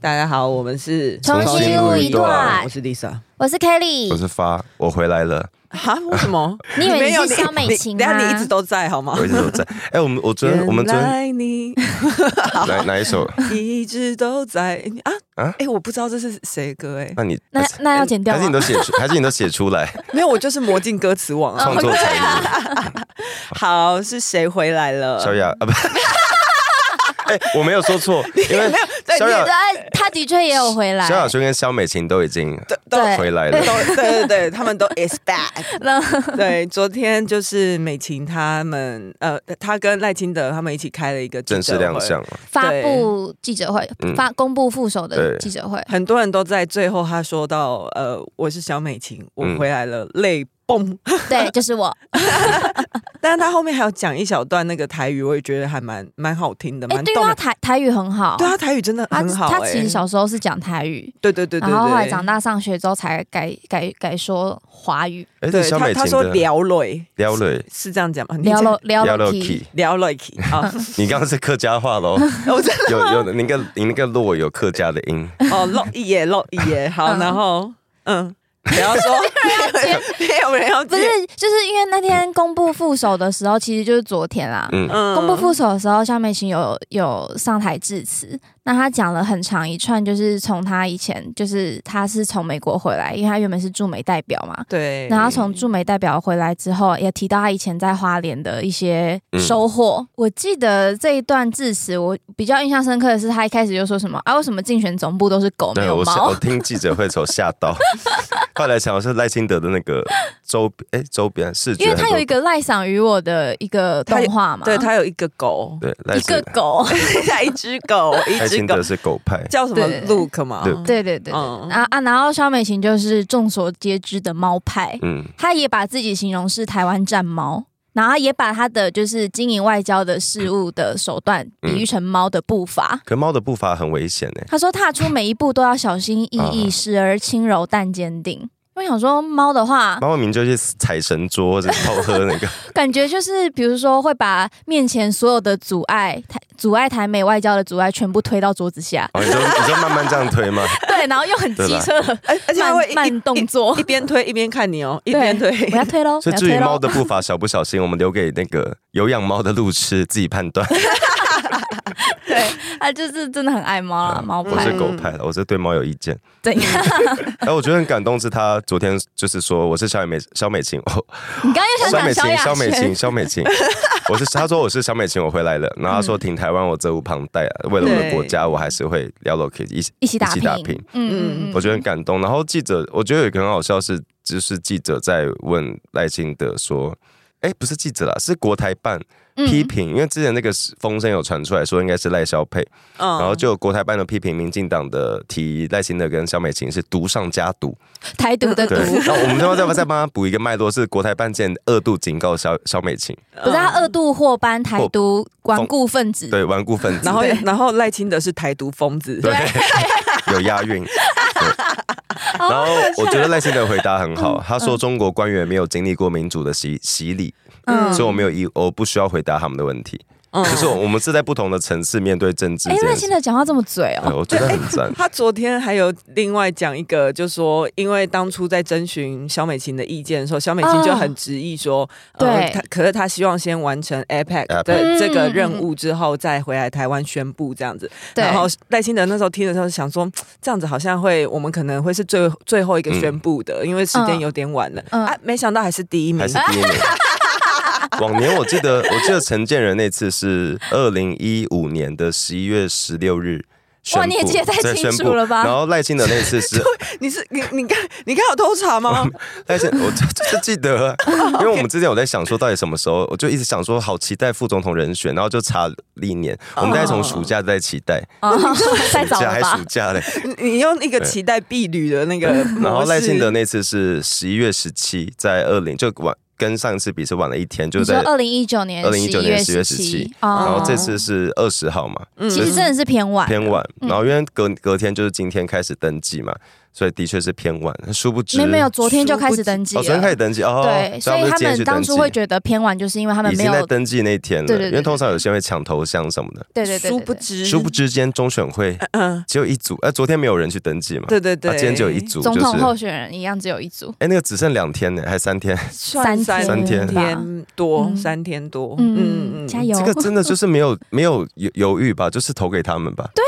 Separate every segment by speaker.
Speaker 1: 大家好，我们是
Speaker 2: 重
Speaker 3: 新录一段
Speaker 1: 我是 Lisa。
Speaker 2: 我是 Kelly，
Speaker 3: 我是发，我回来了，
Speaker 1: 哈？为什 么？
Speaker 2: 你以为你是
Speaker 1: 没有
Speaker 2: 萧美琴
Speaker 1: 你等一下
Speaker 2: 吗
Speaker 1: 你一直都在好吗
Speaker 3: 我？一直都在。哎、我们我昨天我们昨
Speaker 1: 原
Speaker 3: 天
Speaker 1: 来你
Speaker 3: 哪哪一首？
Speaker 1: 一直都在啊啊！哎、
Speaker 3: 啊
Speaker 1: 我不知道这是谁的歌哎、
Speaker 3: 那你
Speaker 2: 那
Speaker 3: 还是
Speaker 2: 那要剪掉
Speaker 3: 还是你
Speaker 2: 吗？
Speaker 3: 都写出，还是你都写 出来
Speaker 1: 没有，我就是魔镜歌词王 啊。
Speaker 3: 创作才艺？
Speaker 1: 好，是谁回来了？
Speaker 3: 小雅啊，不，哎、我没有说错，因为
Speaker 1: 对
Speaker 3: 萧亚
Speaker 2: 对，他的确也有回来
Speaker 3: 萧。亚轩跟萧美琴都已经
Speaker 1: 都
Speaker 2: 对
Speaker 3: 回来
Speaker 1: 都
Speaker 3: 了。
Speaker 1: 对对对，他们都 is back。
Speaker 2: 那
Speaker 1: 对，昨天就是美琴他们，呃，他跟赖清德他们一起开了一个记者
Speaker 3: 正式亮
Speaker 1: 会
Speaker 3: 相了，
Speaker 2: 发布记者会，
Speaker 3: 嗯
Speaker 2: 发公布副手的
Speaker 3: 对
Speaker 2: 记者会，
Speaker 1: 很多人都在最后他说到，呃，我是小美琴，我
Speaker 3: 嗯
Speaker 1: 回来了，泪
Speaker 2: 嗯
Speaker 1: 崩。
Speaker 2: 对，就是我。
Speaker 1: 但是他后面还有讲一小段那个台语，我也觉得还蛮蛮好听的，
Speaker 2: 哎，
Speaker 1: 蛮
Speaker 2: 对
Speaker 1: 动
Speaker 2: 他
Speaker 1: 人。
Speaker 2: 台台语很好，
Speaker 1: 对他啊台语真的
Speaker 2: 他
Speaker 1: 很好、欸，
Speaker 2: 他其实小时哦候是讲台语，
Speaker 1: 对对对对
Speaker 2: 然后后来长
Speaker 1: 对，
Speaker 2: 大上学之后才改改改说华语，
Speaker 3: 而且
Speaker 1: 对
Speaker 3: 哎萧
Speaker 1: 他
Speaker 3: 美
Speaker 1: 他
Speaker 3: 琴
Speaker 1: 说
Speaker 3: 的
Speaker 1: 聊累
Speaker 3: 撩泪
Speaker 1: 是这样讲哦吗？你
Speaker 2: 聊
Speaker 1: 讲
Speaker 2: 了聊
Speaker 3: 撩
Speaker 2: 了
Speaker 3: 了
Speaker 2: key，
Speaker 3: key，
Speaker 1: 聊累啊，
Speaker 2: 嗯
Speaker 3: 你刚刚是客家话 喽？
Speaker 1: 我真
Speaker 3: 有有你那个你那个落有客家的音，
Speaker 1: 哦，露一眼，露一 眼，好，
Speaker 2: 嗯
Speaker 1: 然后嗯，不要 说，没有人要
Speaker 2: 不
Speaker 1: 接
Speaker 2: 是，就是因为那天公布副手的时候，其实就是昨天啊啦。
Speaker 3: 嗯，
Speaker 1: 嗯
Speaker 2: 公布副手的时候，肖美琴有有上台致辞，那她讲了很长一串，就是从她以前，就是她是从美国回来，因为她原本是驻美代表嘛，
Speaker 1: 对，
Speaker 2: 然后从驻美代表回来之后，也提到她以前在花莲的一些
Speaker 3: 嗯
Speaker 2: 收获。我记得这一段致辞，我比较印象深刻的是，她一开始就说什么啊，为什么竞选总部都是狗没
Speaker 3: 对
Speaker 2: 有
Speaker 3: 我是
Speaker 2: 猫
Speaker 3: 我？听记者会的时候吓 到，后来想我是赖清德的那个周哎周边视觉
Speaker 2: 因为
Speaker 3: 很多，
Speaker 2: 她有一个赖赏于我的一个动画嘛，
Speaker 1: 对他有一个狗，
Speaker 3: 对赖嗯
Speaker 2: 一个
Speaker 3: 清
Speaker 2: 狗，
Speaker 1: 他 一只狗，一
Speaker 3: 赖
Speaker 1: 只
Speaker 3: 清
Speaker 1: 狗
Speaker 3: 德是狗派，
Speaker 1: 叫什么
Speaker 2: 对
Speaker 1: Look 嘛？
Speaker 3: Luke
Speaker 2: 对对对对
Speaker 1: 嗯
Speaker 2: 啊啊！然后肖美琴就是众所皆知的猫派，
Speaker 3: 嗯，
Speaker 2: 她也把自己形容是台湾战猫，然后也把她的就是经营外交的事务的手段比喻成猫的步伐。
Speaker 3: 可猫的步伐很危险哎，
Speaker 2: 她说踏出每一步都要小心翼翼，
Speaker 3: 啊
Speaker 2: 时而轻柔但坚定。我想说，猫的话，
Speaker 3: 猫明就去踩神桌或者偷喝那 个，，
Speaker 2: 感觉就是，比如说会把面前所有的阻碍，台阻碍台美外交的阻碍，全部推到桌子下
Speaker 3: 哦，你就你就慢慢这样推吗？
Speaker 2: 对，然后又很
Speaker 3: 对
Speaker 2: 机
Speaker 3: 啦
Speaker 2: 车的
Speaker 1: 而而且他会
Speaker 2: 慢
Speaker 1: 一
Speaker 2: 慢动作
Speaker 1: 一，边推一边看你哦，一
Speaker 2: 对
Speaker 1: 边推。
Speaker 2: 我要推喽，我
Speaker 3: 所以
Speaker 2: 要
Speaker 3: 至
Speaker 2: 推
Speaker 3: 于
Speaker 2: 喽
Speaker 3: 猫。的步伐小不小心，我们留给那个有养猫的路痴自己判断。
Speaker 2: 对，他就是真的很爱猫啦，猫
Speaker 3: 嗯我
Speaker 2: 派
Speaker 3: 是狗派的，我是对猫有意见。
Speaker 2: 怎样？嗯
Speaker 3: 哎，我觉得很感动是他昨天就是说我是小美小美琴，哦，
Speaker 2: 你刚刚又想
Speaker 3: 萧
Speaker 2: 讲
Speaker 3: 美
Speaker 2: 萧
Speaker 3: 琴
Speaker 2: 亚
Speaker 3: 萧美琴
Speaker 2: 轩，
Speaker 3: 萧美琴，我是他说我是小美琴，我回来了。然后他
Speaker 2: 嗯
Speaker 3: 说挺台湾我责无旁贷啊，为了我
Speaker 1: 对
Speaker 3: 的国家我还是会聊 l o k 一起
Speaker 2: 一起打
Speaker 3: 一起
Speaker 2: 拼，
Speaker 3: 打拼。
Speaker 2: 嗯嗯嗯，
Speaker 3: 我觉得很感动。然后记者，我觉得有一个很好笑是，就是记者在问赖清德说：“哎，不是记者啦，是国台办
Speaker 2: 嗯
Speaker 3: 批评，因为之前那个风声有传出来说应该是赖萧佩，
Speaker 1: 嗯
Speaker 3: 然后就有国台办的批评民进党的提赖清德跟萧美琴是毒上加毒。
Speaker 2: 台独的独
Speaker 3: 对，，那我们最后再再帮他补一个脉络，是国台办见二度警告萧萧美琴，
Speaker 2: 不是他
Speaker 1: 嗯
Speaker 2: 二度获颁台独顽固分子，
Speaker 3: 对顽固分子
Speaker 1: 然后
Speaker 2: 对
Speaker 1: 然后赖清德是台独疯子，
Speaker 3: 对 有押韵。对然后我觉得赖清德回答很好，他说中国官员没有经历过民主的洗洗礼，
Speaker 2: 嗯
Speaker 3: 所以我没有一我不需要回答他们的问题，
Speaker 1: 嗯
Speaker 3: 就是我们是在不同的层次面对政治
Speaker 2: 哎
Speaker 3: 这，
Speaker 2: 赖
Speaker 3: 件
Speaker 2: 清
Speaker 3: 事。
Speaker 2: 德讲话这么嘴
Speaker 3: 对
Speaker 2: 哦，
Speaker 3: 我觉得很 赞，
Speaker 1: 他昨天还有另外讲一个，就说因为当初在征询萧美琴的意见的时候，萧美琴就很执意说，
Speaker 2: 哦
Speaker 1: 呃
Speaker 2: 对 E
Speaker 1: 他可是他希望先完成 APEC 的
Speaker 3: APEC
Speaker 1: 这个任务之后，再回来台湾宣布这样子。
Speaker 2: 嗯对
Speaker 1: 然后赖清德那时候听的时候想说，嗯这样子好像会我们可能会是最最后一个宣布的，因为时间有点晚了、
Speaker 2: 嗯
Speaker 1: 啊，没想到还是第一名
Speaker 3: 还。是第一名。 往年我记得，我记得陈建仁那次是二零一五年的十一月十六日宣
Speaker 2: 哇
Speaker 3: 布，
Speaker 2: 你也记得太
Speaker 3: 在
Speaker 2: 清
Speaker 3: 宣
Speaker 2: 楚
Speaker 3: 布
Speaker 2: 了吧
Speaker 3: 然后赖清德那次是
Speaker 1: 你是你你看你看有偷查 吗？
Speaker 3: 但是我就 就是记得啊，因为我们之前有在想说到底什么时候，我就一直想说好期待副总统人选，然后就查历年，我们大概从暑假在期待，
Speaker 2: 哦， 太
Speaker 3: 暑
Speaker 2: 早
Speaker 3: 假
Speaker 2: 了
Speaker 3: 还
Speaker 2: 吧
Speaker 3: 暑？假 嘞。
Speaker 1: 你你用一个期待避旅的那个模式，
Speaker 3: 然后赖清德那次是十一月十七，在二零就晚跟上一次比是晚了一天，就
Speaker 2: 你
Speaker 3: 是
Speaker 2: 说
Speaker 3: 在
Speaker 2: 二零一九年
Speaker 3: 2019年
Speaker 2: 11
Speaker 3: 17
Speaker 2: 哦
Speaker 3: 然后这次是二十号嘛，
Speaker 2: 嗯其实真的是偏晚，
Speaker 3: 偏晚，然后因为隔隔天就是今天开始登记嘛，所以的确是偏晚。殊不知，
Speaker 2: 没有没有，昨天就开始登记
Speaker 3: 哦，昨天开
Speaker 2: 了
Speaker 3: 始。登记哦，
Speaker 2: 对，所
Speaker 3: 以
Speaker 2: 以
Speaker 3: 们
Speaker 2: 他
Speaker 3: 今天
Speaker 2: 们
Speaker 3: 去
Speaker 2: 当
Speaker 3: 登记
Speaker 2: 初会觉得偏晚，就是因为他们
Speaker 3: 已
Speaker 2: 没
Speaker 3: 经
Speaker 2: 有
Speaker 3: 在登记那一天了，
Speaker 2: 对对对嗯
Speaker 3: 因为通常有些人会抢头像什么的。
Speaker 2: 对对对，
Speaker 1: 殊
Speaker 2: 对
Speaker 1: 不
Speaker 2: 对
Speaker 1: 知，
Speaker 3: 殊不知，今天中选会
Speaker 1: 嗯，
Speaker 3: 只有一组，呃，昨天没有人去登记嘛，
Speaker 1: 对对对，
Speaker 3: 啊今天只有一组，
Speaker 2: 总
Speaker 3: 就
Speaker 2: 统
Speaker 3: 是
Speaker 2: 候选人一样只有一组。
Speaker 3: 哎，那个只剩两天呢，还三天，
Speaker 1: 算
Speaker 2: 三
Speaker 1: 三
Speaker 3: 天
Speaker 1: 天多，
Speaker 2: 嗯
Speaker 1: 三天多，
Speaker 2: 嗯，加油！
Speaker 3: 这个真的就是没有没有犹犹豫吧，就是投给他们吧。对，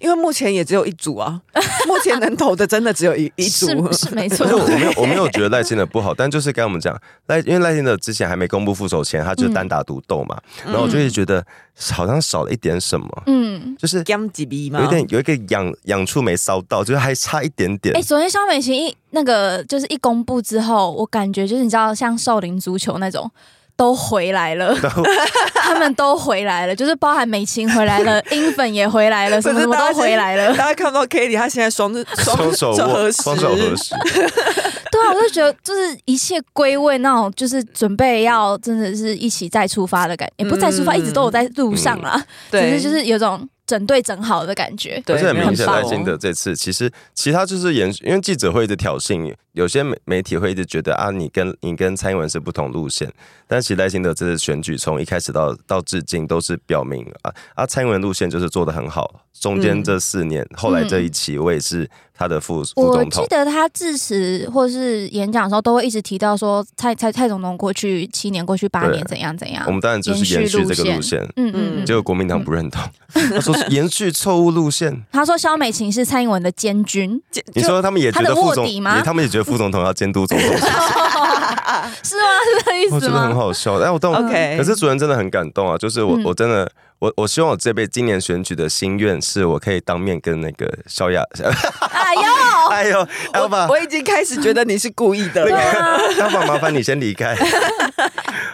Speaker 1: 因为目前也只有一组 啊，目前能投的真的只有一一组，
Speaker 2: 是是没错
Speaker 3: 而且。我没有我没有觉得赖清德不好，但 就是该我们讲赖，因为赖清德之前还没公布副手前，他就是单打独斗嘛，然后我就一直觉得好像少了一点什么，
Speaker 2: 嗯，
Speaker 3: 就是
Speaker 1: 干几逼嘛，
Speaker 3: 有一点有一个痒痒处没搔到，就是还差一点点
Speaker 2: 哎、。昨天肖美琴一那个就是一公布之后，我感觉就是你知道，像少林足球那种都回来了，
Speaker 3: 然后
Speaker 2: 他们都回来了，就是包含美琴回来了，英粉也回 来了，
Speaker 1: 不
Speaker 2: 什
Speaker 1: 是
Speaker 2: 么什么
Speaker 1: 大家
Speaker 2: 都回来了。
Speaker 1: 大家看不到 k a t i e 她现在双
Speaker 3: 双手握，
Speaker 1: 合十，
Speaker 3: 双手合十，
Speaker 2: 对啊，我就觉得就是一切归位那种，就是准备要真的是一起再出发的感觉，也不是再出发，
Speaker 1: 嗯
Speaker 2: 一直都有在路上啦，
Speaker 1: 对，
Speaker 2: 只是就是有种整队整好的感觉。
Speaker 1: 对
Speaker 3: 而且很明显，
Speaker 1: 没有
Speaker 3: 赖
Speaker 1: 错
Speaker 3: 清德这次其实其他就是延，因为记者会一直挑衅，有些媒媒体会一直觉得啊，你跟你跟蔡英文是不同路线，但其实赖清德这次选举从一开始到到至今都是表明啊啊，蔡英文路线就是做的很好，中间
Speaker 1: 嗯
Speaker 3: 这四年，后来这一期我也是他的副副
Speaker 2: 我
Speaker 3: 总
Speaker 2: 记
Speaker 3: 统。
Speaker 2: 得他致辞或是演讲的时候，都会一直提到说蔡蔡蔡总统过去七年、过去八年
Speaker 3: 对
Speaker 2: 怎样怎样
Speaker 3: 我。们当然就是延续这个路线，
Speaker 2: 嗯
Speaker 1: 嗯
Speaker 3: 结果国民党不认同，他说是延续错误路线。
Speaker 2: 他说肖美琴是蔡英文的监军，
Speaker 1: 哦就
Speaker 3: 你说他们也觉得
Speaker 2: 他的
Speaker 3: 副
Speaker 2: 卧
Speaker 3: 总，
Speaker 2: 底吗
Speaker 3: 也他们也觉得副总统要监督总统，
Speaker 2: 是吗？是这
Speaker 3: 我
Speaker 2: 意思
Speaker 3: 觉得哦很
Speaker 2: 吗？
Speaker 3: 好笑。哎但我但我
Speaker 1: OK，
Speaker 3: 可是主人真的很感动啊！就是我，
Speaker 2: 嗯
Speaker 3: 我真的，我我希望我这辈今年选举的心愿是我可以当面跟那个萧 亚，
Speaker 2: 哎呦，
Speaker 3: 哎呦
Speaker 1: 我
Speaker 3: ，Alba，
Speaker 1: 我已经开始觉得你是故意的了
Speaker 3: 那个。
Speaker 2: 对 啊
Speaker 3: Alba，麻烦你先离 开。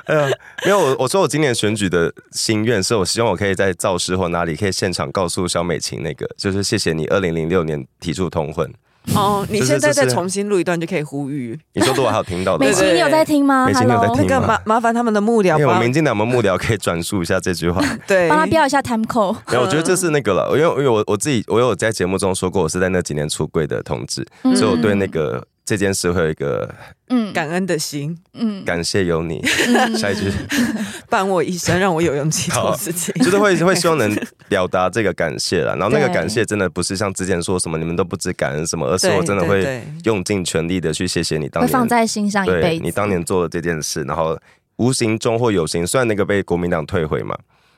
Speaker 3: 哎呀，没有，我我说我今年选举的心愿是我希望我可以在造势或哪里可以现场告诉萧美琴那个，就是谢谢你二零零六年提出通婚。
Speaker 1: 哦，你
Speaker 3: 就是
Speaker 1: 现在
Speaker 3: 就
Speaker 1: 再
Speaker 3: 是
Speaker 1: 重新录一段就可以呼吁。
Speaker 3: 你说如果还有听到 的
Speaker 2: 美
Speaker 3: 话，
Speaker 2: 琴，你有在听吗
Speaker 3: 美琴你有在
Speaker 2: ？Hello，
Speaker 3: 听
Speaker 1: 那个麻麻烦他们的幕僚
Speaker 3: 因为我
Speaker 1: 帮
Speaker 3: 们民进党我们幕僚可以转述一下这句话。
Speaker 1: 对
Speaker 2: 帮他标一下 time code。
Speaker 3: 没有，我觉得这是那个了，因为因为我我自己我有在节目中说过，我是在那几年出柜的同志，
Speaker 2: 嗯
Speaker 3: 所以我对那个这件事会有一个
Speaker 2: 嗯
Speaker 1: 感恩的心，
Speaker 2: 嗯
Speaker 3: 感谢有你。
Speaker 2: 嗯
Speaker 3: 下一句
Speaker 1: 伴我一生，让我有勇气做事情。
Speaker 3: 啊就是 会会希望能表达这个感谢了，然后那个
Speaker 2: 对
Speaker 3: 感谢真的不是像之前说什么你们都不知感恩什么，而是
Speaker 1: 对
Speaker 3: 我真的
Speaker 1: 对
Speaker 3: 会
Speaker 1: 对
Speaker 3: 用尽全力的去谢谢你当
Speaker 2: 会放
Speaker 3: 年，
Speaker 2: 在心上一辈
Speaker 3: 对
Speaker 2: 子。
Speaker 3: 你当年做了这件事，然后无形中或有形，虽然那个被国民党退回嘛，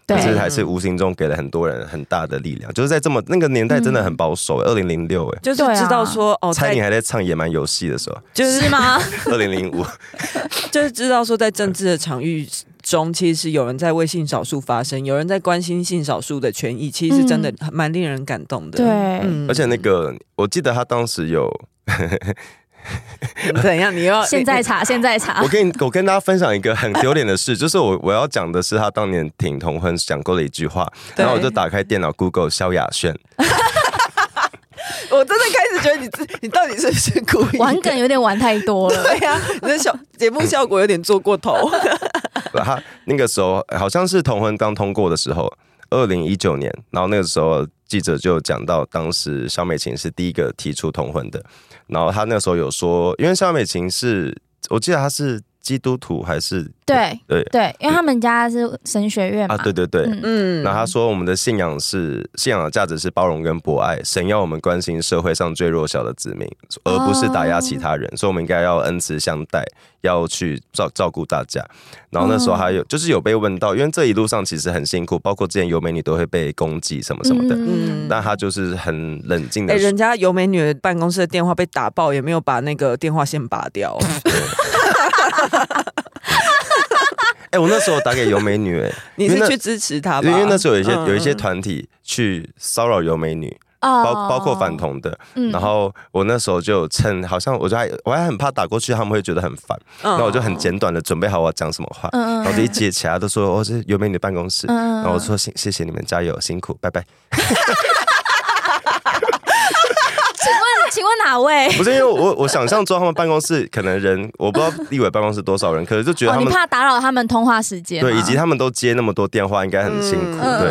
Speaker 2: 对
Speaker 3: 可是还是无形中给了很多人很大的力量，就是在这么那个年代真
Speaker 2: 嗯
Speaker 3: 的很保守，二零零六哎。
Speaker 1: 就是
Speaker 2: 对啊
Speaker 1: 知道说、哦，
Speaker 3: 猜你
Speaker 1: 在
Speaker 3: 还在唱《野蛮游戏》的时候，
Speaker 1: 就是
Speaker 2: 吗？
Speaker 3: 二零零五，
Speaker 1: 就是知道说，在政治的场域中，其实有人在为性少数发声，有人在关心性少数的权益，其实是真的蛮令人感动的。
Speaker 2: 嗯对
Speaker 1: 嗯
Speaker 3: 而且那个我记得他当时有，
Speaker 1: 怎样？你 要
Speaker 2: 现在查，现在查
Speaker 1: 啊
Speaker 3: 我。跟你我跟大家分享一个很丢脸的事， 就是我我要讲的是他当年挺同婚讲过的一句话，
Speaker 1: 对
Speaker 3: 然后我就打开电脑 Google 萧亚轩，
Speaker 1: 我真的开始觉得你自你到底是不是故意的
Speaker 2: 玩梗有点玩太多 了，
Speaker 1: 对呀、你的效节目效果有点做过 头。
Speaker 3: 然后他那个时候好像是同婚刚通过的时候，二零一九年，然后那个时候记者就讲到，当时肖美琴是第一个提出同婚的，然后他那个时候有说，因为肖美琴是我记得她是基督徒还是
Speaker 2: 对
Speaker 3: 对
Speaker 2: 对，因为他们家是神学院嘛，
Speaker 3: 啊对对对，
Speaker 2: 嗯，
Speaker 1: 嗯，
Speaker 3: 那他说，我们的信仰是信仰的价值是包容跟博爱，神要我们关心社会上最弱小的子民，而不是打压其他
Speaker 1: 哦
Speaker 3: 人，所以我们应该要恩慈相待，要去照照顾大家。然后那时候
Speaker 1: 哦
Speaker 3: 还有、就是有被问到，因为这一路上其实很辛苦，包括之前有美女都会被攻击什么什么的，
Speaker 2: 嗯
Speaker 3: 那他就是很冷静
Speaker 1: 哎、
Speaker 3: 的说。
Speaker 1: 人家尤美女的办公室的电话被打爆，也没有把那个电话线拔 掉。
Speaker 3: 哎、我那时候打给尤美 女、哎，
Speaker 1: 你
Speaker 3: 因为
Speaker 1: 是
Speaker 3: 那
Speaker 1: 去支持她吧？
Speaker 3: 因为那时候有一些、
Speaker 1: 嗯
Speaker 3: 有一些
Speaker 1: 嗯
Speaker 3: 团体去骚扰尤美女，包
Speaker 1: 哦
Speaker 3: 包括反，同的，
Speaker 2: 哦嗯
Speaker 3: 然后我那时候就有趁好像我就还我还很怕打过去他们会觉得很烦，
Speaker 1: 嗯
Speaker 3: 那我就很简短的准备好我要讲什么话，
Speaker 2: 嗯
Speaker 3: 然后就一接起来都说哦是有没有你的办公室，
Speaker 2: 嗯
Speaker 3: 然后我说谢谢 谢你们加油辛苦拜拜，
Speaker 2: 请问请问哪位？
Speaker 3: 不是因为我我想象中他们办公室可能人，我不知道立委办公室多少人，可是就觉得
Speaker 2: 哦，
Speaker 3: 他
Speaker 2: 你
Speaker 3: 们、
Speaker 2: 怕打扰他们通话时间吗？
Speaker 3: 对，以及他们都接那么多电话，应该很辛苦，
Speaker 1: 嗯
Speaker 3: 对。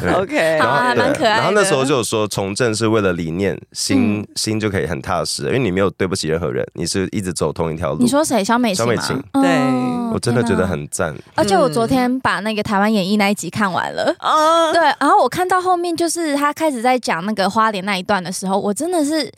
Speaker 3: 对
Speaker 1: OK，
Speaker 2: 好啊还
Speaker 3: 对
Speaker 2: 蛮可爱的嗯
Speaker 3: 然后那时候就有说，从政是为了理念，心、心就可以很踏实，因为你没有对不起任何人，你是一直走同一条路
Speaker 2: 你。说谁？肖美琴
Speaker 3: 萧美
Speaker 2: 吗
Speaker 3: 琴？
Speaker 2: 哦
Speaker 1: 对嗯
Speaker 3: 我真的觉
Speaker 2: 天
Speaker 3: 得
Speaker 2: 哪
Speaker 3: 很赞，
Speaker 2: 而且我昨天把那个台湾演艺那一集看完了。
Speaker 1: 啊
Speaker 2: 对，然后我看到后面就是他开始在讲那个花莲那一段的时候，我真的是，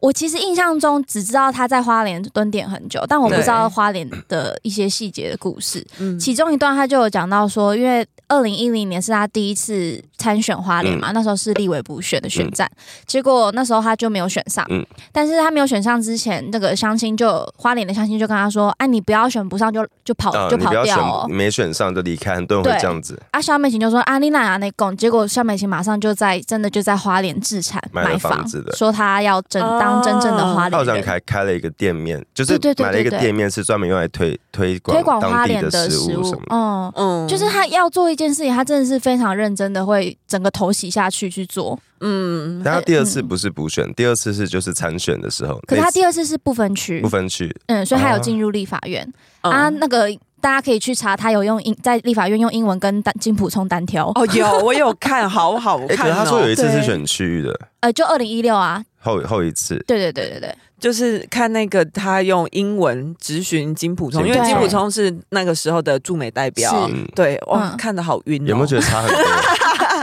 Speaker 2: 我其实印象中只知道他在花莲蹲点很久，但我不知道
Speaker 1: 对
Speaker 2: 花莲的一些细节的故事。
Speaker 1: 嗯
Speaker 2: 其中一段他就有讲到说，因为二零一零年是他第一次参选花莲
Speaker 3: 嗯
Speaker 2: 嘛，那时候是立委补选的选战，结果那时候他就没有选上。
Speaker 3: 嗯
Speaker 2: 但是他没有选上之前，那个乡亲就花莲的乡亲就跟他说：“哎、你不要选不上就就跑、
Speaker 3: 啊、
Speaker 2: 就
Speaker 3: 你
Speaker 2: 跑
Speaker 3: 不要
Speaker 2: 掉
Speaker 3: 选
Speaker 2: 哦。”
Speaker 3: 没选上就离开，很多人会
Speaker 2: 对
Speaker 3: 这样子
Speaker 2: 啊，肖美琴就说啊，你哪样那拱？结果肖美琴马上就在真的就在花莲置产
Speaker 3: 买了
Speaker 2: 买
Speaker 3: 房
Speaker 2: 房
Speaker 3: 子的，哦
Speaker 2: 说她要真当真正的花
Speaker 3: 他好
Speaker 2: 莲
Speaker 3: 像
Speaker 2: 人，
Speaker 3: 开开了一个店面，就是
Speaker 2: 对对对
Speaker 3: 买了一个
Speaker 2: 对对
Speaker 3: 店面，是专门用来推推广
Speaker 2: 推广花
Speaker 3: 当地
Speaker 2: 莲
Speaker 3: 的
Speaker 2: 食
Speaker 3: 物
Speaker 2: 物
Speaker 3: 什么。，
Speaker 2: 嗯。
Speaker 1: 嗯
Speaker 2: 就是她要做一件事情，她真的是非常认真的，会整个头洗下去去做。
Speaker 1: 嗯，
Speaker 3: 但他第二次
Speaker 2: 嗯
Speaker 3: 不是补选，第二次是就是参选的时候，
Speaker 2: 可是
Speaker 3: 那
Speaker 2: 她
Speaker 3: 一次
Speaker 2: 第二次是不分区
Speaker 3: 不，分区，
Speaker 2: 嗯，所以她有
Speaker 3: 哦
Speaker 2: 进入立法院
Speaker 1: 嗯
Speaker 2: 啊。那个大家可以去查，她有用英在立法院用英文跟单金普冲单挑，
Speaker 1: 哦，有我有看，好好
Speaker 3: 哎、可
Speaker 1: 看
Speaker 3: 是
Speaker 1: 哦。
Speaker 3: 他说有一次是
Speaker 2: 对
Speaker 3: 选区域的，
Speaker 2: 呃，就二零一六啊，
Speaker 3: 后后一次
Speaker 2: 对对对对对，
Speaker 1: 就是看那个他用英文咨询金普聪，因为
Speaker 2: 对
Speaker 1: 金普聪是那个时候的驻美代表
Speaker 2: 是，
Speaker 3: 嗯
Speaker 1: 对，哇，
Speaker 2: 嗯
Speaker 1: 看的好晕、哦，
Speaker 3: 有没有觉得差 很多？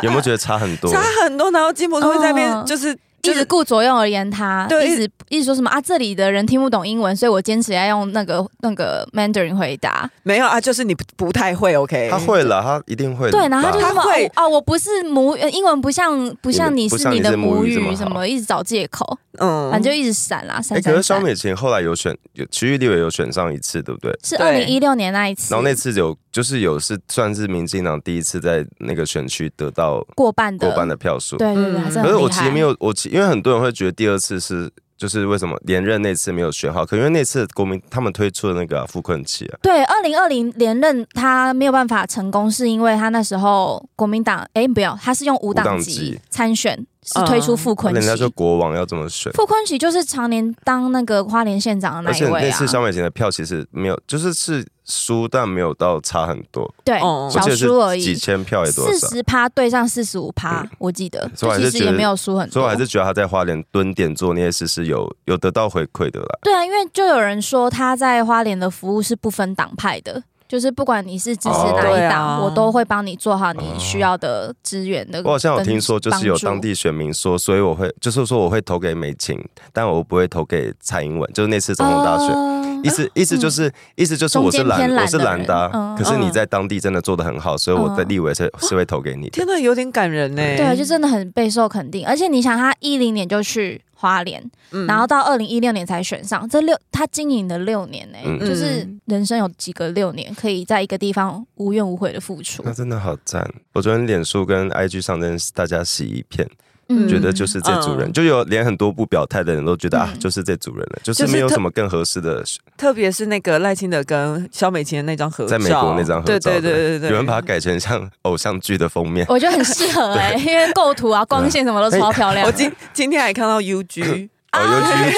Speaker 3: 有没有觉得差很多？
Speaker 1: 差很多？然后金普聪会在那边
Speaker 2: 嗯
Speaker 1: 就是。
Speaker 2: 一
Speaker 1: 就
Speaker 2: 直
Speaker 1: 是
Speaker 2: 顾左右而言他，
Speaker 1: 对
Speaker 2: 一直一直说什么啊，这里的人听不懂英文，所以我坚持要用那个那个 Mandarin 回答。
Speaker 1: 没有啊，就是你不不太会，OK？
Speaker 3: 他会了，他一定会的吧。
Speaker 2: 对，然后他就
Speaker 1: 他
Speaker 2: 什么
Speaker 1: 会
Speaker 2: 哦哦，我不是母呃英文不像不像你
Speaker 3: 不
Speaker 2: 是
Speaker 3: 像
Speaker 2: 你
Speaker 3: 你是
Speaker 2: 的
Speaker 3: 母
Speaker 2: 母
Speaker 3: 语这么
Speaker 2: 语
Speaker 3: 好
Speaker 2: 什么，一直找借口，
Speaker 1: 嗯
Speaker 2: 反正就一直闪啦闪
Speaker 3: 哎、
Speaker 2: 闪
Speaker 3: 可是肖
Speaker 2: 闪。
Speaker 3: 美琴后来有选，有区域立委有选上一次，对不对？
Speaker 2: 是二
Speaker 1: 对
Speaker 2: 零一六年那一次
Speaker 3: 然后那次有就是有是算是民进党第一次在那个选区得到
Speaker 2: 过半的
Speaker 3: 过半的票数，
Speaker 2: 对对对，
Speaker 1: 嗯
Speaker 2: 还是
Speaker 3: 可
Speaker 2: 很
Speaker 3: 是
Speaker 2: 厉
Speaker 3: 我其
Speaker 2: 害。
Speaker 3: 实没有，我其因为很多人会觉得第二次是就是为什么连任那次没有选好，可因为那次国民他们推出的那个啊纾、困期啊，
Speaker 2: 对，二零二零连任他没有办法成功，是因为他那时候国民党哎没有，他是用无
Speaker 3: 无党
Speaker 2: 党
Speaker 3: 籍啊
Speaker 2: 籍参选，是推出
Speaker 1: 嗯
Speaker 2: 傅昆
Speaker 3: 人
Speaker 2: 萁。
Speaker 3: 家说国王要这么选。
Speaker 2: 傅昆萁就是常年当那个花莲县长的那
Speaker 3: 而
Speaker 2: 一
Speaker 3: 且
Speaker 2: 位
Speaker 3: 那
Speaker 2: 啊
Speaker 3: 次，肖美琴的票其实没有，就是是输，但没有到差很多，
Speaker 2: 对，
Speaker 1: 哦
Speaker 2: 小
Speaker 3: 我记得
Speaker 2: 输而
Speaker 3: 是几
Speaker 2: 已，
Speaker 3: 千票也多
Speaker 2: 四
Speaker 3: 少，嗯
Speaker 2: 十趴对上四十五趴，我记得，
Speaker 3: 所以我
Speaker 2: 就
Speaker 3: 还是
Speaker 2: 其
Speaker 3: 觉
Speaker 2: 实
Speaker 3: 得
Speaker 2: 也没有输很
Speaker 3: 所以我还
Speaker 2: 多
Speaker 3: 是。觉得他在花莲蹲点做那些事是有有得到回馈的啦。
Speaker 2: 对啊，因为就有人说他在花莲的服务是不分党派的。就是不管你是支持
Speaker 3: 哦
Speaker 2: 哪
Speaker 1: 对
Speaker 2: 一
Speaker 1: 啊
Speaker 2: 党，我都会帮你做好你需要的资源的。
Speaker 3: 我好像有
Speaker 2: 跟
Speaker 3: 听说，就是有
Speaker 2: 呃帮助
Speaker 3: 当地选民说，所以我会就是说我会投给美琴，但我不会投给蔡英文，就是那次总统大选。
Speaker 2: 哦
Speaker 3: 意思意思就是、意思就是我是
Speaker 2: 中间
Speaker 3: 蓝
Speaker 2: 偏蓝的
Speaker 3: 我是蓝的啊、
Speaker 2: 人嗯
Speaker 3: 可是你在当地真的做的很好，所以我的
Speaker 2: 嗯
Speaker 3: 立委是、是会投给你的
Speaker 1: 天。呐，有点感人呢、
Speaker 2: 对，啊就真的很备受肯定。而且你想，他一零年就去花莲，
Speaker 1: 嗯
Speaker 2: 然后到二零一六年才选上，这六他经营了六年呢、
Speaker 3: 嗯
Speaker 2: 就是人生有几个六年可以在一个地方无怨无悔的付出
Speaker 3: 那，真的好赞！我昨天脸书跟 IG 上真是大家洗一片，
Speaker 1: 嗯
Speaker 3: 觉得就是这组人，
Speaker 1: 嗯
Speaker 3: 就有连很多不表态的人都觉得、啊，
Speaker 2: 嗯
Speaker 3: 就是这组人了，就
Speaker 1: 就是是
Speaker 3: 没有
Speaker 1: 特
Speaker 3: 什么更合适的。
Speaker 1: 特别是那个赖清德跟肖美琴的那张合照，
Speaker 3: 在美国那张合
Speaker 1: 对
Speaker 3: 照的，
Speaker 1: 对对对对，
Speaker 3: 有人把它改成像偶像剧的封面。
Speaker 2: 我觉得很适合 哎、因为构图啊、光线什么
Speaker 3: 哎
Speaker 2: 都超漂亮
Speaker 1: 我
Speaker 2: 的。
Speaker 1: 今今天还看到 UG，UG
Speaker 3: 哦，尤其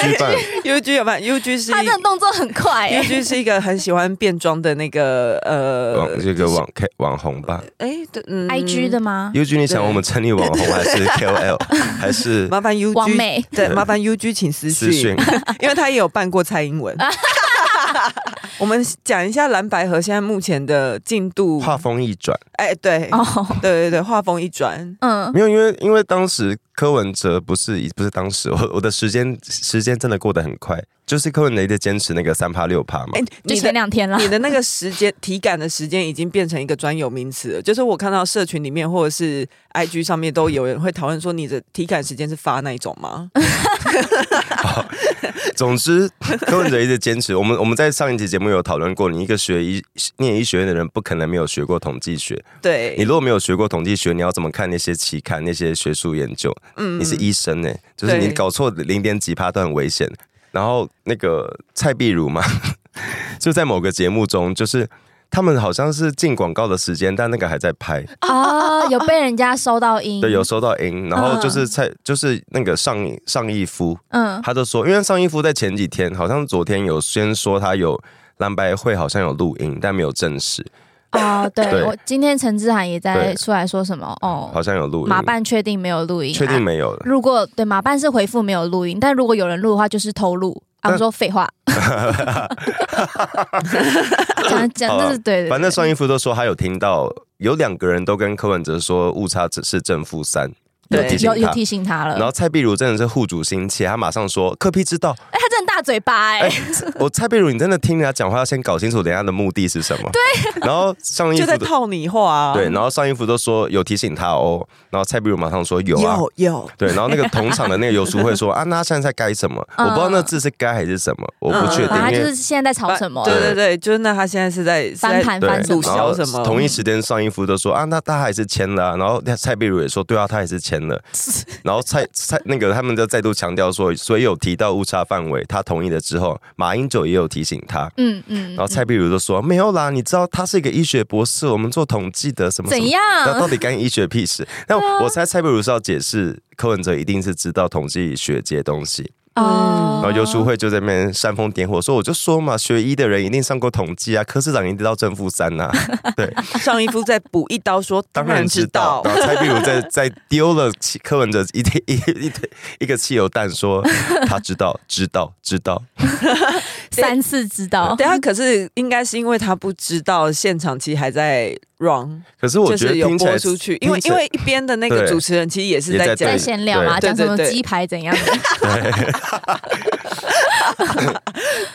Speaker 3: UG 版，
Speaker 1: 有吧？UG 是
Speaker 2: 他
Speaker 1: 一
Speaker 2: 这个动作很快哎、
Speaker 1: UG 是一个很喜欢变装的那个
Speaker 3: 网
Speaker 1: 呃，
Speaker 3: 这个网 K 网红吧。
Speaker 1: 哎，对嗯
Speaker 2: i G 的吗？
Speaker 3: UG，你想我们成立网红还是 KOL 还是
Speaker 1: 麻烦 UG
Speaker 2: 完美，
Speaker 1: 对，麻烦 UG 请私
Speaker 3: 私讯
Speaker 1: 讯，？因为他也有办过蔡英 文。我们讲一下蓝白河现在目前的进度。
Speaker 3: 画风一转，
Speaker 1: 哎，对，
Speaker 2: 哦，
Speaker 1: 对对对，画风一转，
Speaker 2: 嗯，
Speaker 3: 没有，因为因为当时柯文哲不是不是当时我我的时间时间真的过得很快，就是柯文哲一直坚持那个三趴六趴嘛
Speaker 1: 哎，，
Speaker 2: 就
Speaker 1: 你
Speaker 2: 前
Speaker 1: 的
Speaker 2: 两天啦。
Speaker 1: 你的那个时间体感的时间已经变成一个专有名词了，就是我看到社群里面或者是 IG 上面都有人会讨论说你的体感时间是发那一种吗？
Speaker 3: 总之柯文哲一直坚持。我们我们在上一期节目有讨论过，你一个学医念医学院的人不可能没有学过统计学，你
Speaker 1: 对，
Speaker 3: 如果没有学过统计学，你要怎么看那些期刊、那些学术研究？
Speaker 1: 嗯
Speaker 3: 你是医生呢、就是
Speaker 1: 对
Speaker 3: 你搞错零点几趴都很危险。 然后那个蔡碧如嘛，就在某个节目中，就是他们好像是进广告的时间，但那个还在拍，
Speaker 1: 嗯
Speaker 2: 哦，有被人家收到音，
Speaker 3: 对，有收到音，然后
Speaker 1: 嗯
Speaker 3: 就是蔡，就是那个上上一夫，
Speaker 2: 嗯，
Speaker 3: 他就说，因为上一夫在前几天，好像昨天有先说他有蓝白会好像有录音，但没有证实，
Speaker 2: 哦，对
Speaker 3: 对
Speaker 2: 我今天陈志涵也在
Speaker 3: 对
Speaker 2: 出来说什么哦，
Speaker 3: 好像有录音，
Speaker 2: 马办确定没有录
Speaker 1: 啊
Speaker 2: 音，啊
Speaker 3: 确定。没有了，
Speaker 2: 如果对马办是回复没有录音，但如果有人录的话，就是偷录。啊，
Speaker 3: 但
Speaker 2: 我说废 话，讲讲
Speaker 3: 好啊
Speaker 2: 这是对的。
Speaker 3: 反
Speaker 2: 对
Speaker 3: 正上一夫都说他有听到，有两个人都跟柯文哲说误差只是正负三，有
Speaker 1: 对
Speaker 3: 提醒
Speaker 2: 有有
Speaker 3: 他。
Speaker 2: 提醒他了，
Speaker 3: 然后蔡碧如真的是护主心切，他马上说：“柯 P 知 道，
Speaker 2: 哎，他真的大嘴巴哎
Speaker 3: 哎，我蔡碧如，你真的听人家讲话要先搞清楚人家的目的是什么。”对。然后上一
Speaker 1: 就
Speaker 3: 夫
Speaker 1: 在
Speaker 3: 的
Speaker 1: 套你话、啊。
Speaker 3: 对，然后上一夫都说有提醒他哦，然后蔡碧如马上说有啊。
Speaker 1: 有有，
Speaker 3: 对，然后那个同场的那个游淑慧说 啊，那他现在在该什么？我
Speaker 2: 嗯
Speaker 3: 不知道那字是该还是什么，我不确定
Speaker 2: 反正他，
Speaker 3: 因
Speaker 2: 就
Speaker 3: 为
Speaker 2: 是现在在吵什么？
Speaker 1: 对对对，就是那他现在是在是
Speaker 2: 翻
Speaker 1: 在
Speaker 2: 盘
Speaker 3: 对
Speaker 2: 翻什
Speaker 1: 鲁
Speaker 2: 么？
Speaker 1: 小什
Speaker 3: 然
Speaker 1: 么
Speaker 3: 后同一时间上一夫都说啊，那他还是签了啊、然后蔡碧如也说对啊，他还是签 了。然后蔡蔡那个他们就再度强调说，所以有提到误差范围，他同意了之后，马英九也有提醒他。
Speaker 2: 嗯嗯
Speaker 3: 然，后蔡碧如就说：“没有啦，你知道他是一个医学博士，我们做统计的，什么什么
Speaker 2: 怎样？啊
Speaker 3: 那到底干医学屁 事？那我猜蔡碧如是要解释，柯文哲一定是知道统计学这些东西。
Speaker 2: 哦
Speaker 3: 然后游淑慧就在那边煽风点火，说我就说嘛，学医的人一定上过统计啊，柯市长一定到正负三啊呐。对，
Speaker 1: 上一夫再补一刀说，
Speaker 3: 当然知道。然后蔡碧如在在丢了气柯文哲一堆 一一堆一个汽油弹， 说他知道，知道，知道。
Speaker 2: 三次知道，
Speaker 1: 对他可是应该是因为他不知道现场其实还在 run，
Speaker 3: 可是我
Speaker 1: 就
Speaker 3: 觉得
Speaker 1: 是有
Speaker 3: 听起
Speaker 1: 播
Speaker 3: 来
Speaker 1: 出去，因为因
Speaker 2: 听
Speaker 3: 听起
Speaker 2: 起来
Speaker 1: 为一边的那个
Speaker 3: 对
Speaker 1: 主持人其实也是
Speaker 3: 也
Speaker 1: 在
Speaker 3: 在
Speaker 1: 讲
Speaker 2: 在
Speaker 3: 对。
Speaker 2: 闲聊嘛，
Speaker 1: 对
Speaker 2: 讲什么
Speaker 1: 对对
Speaker 2: 鸡排 怎样的？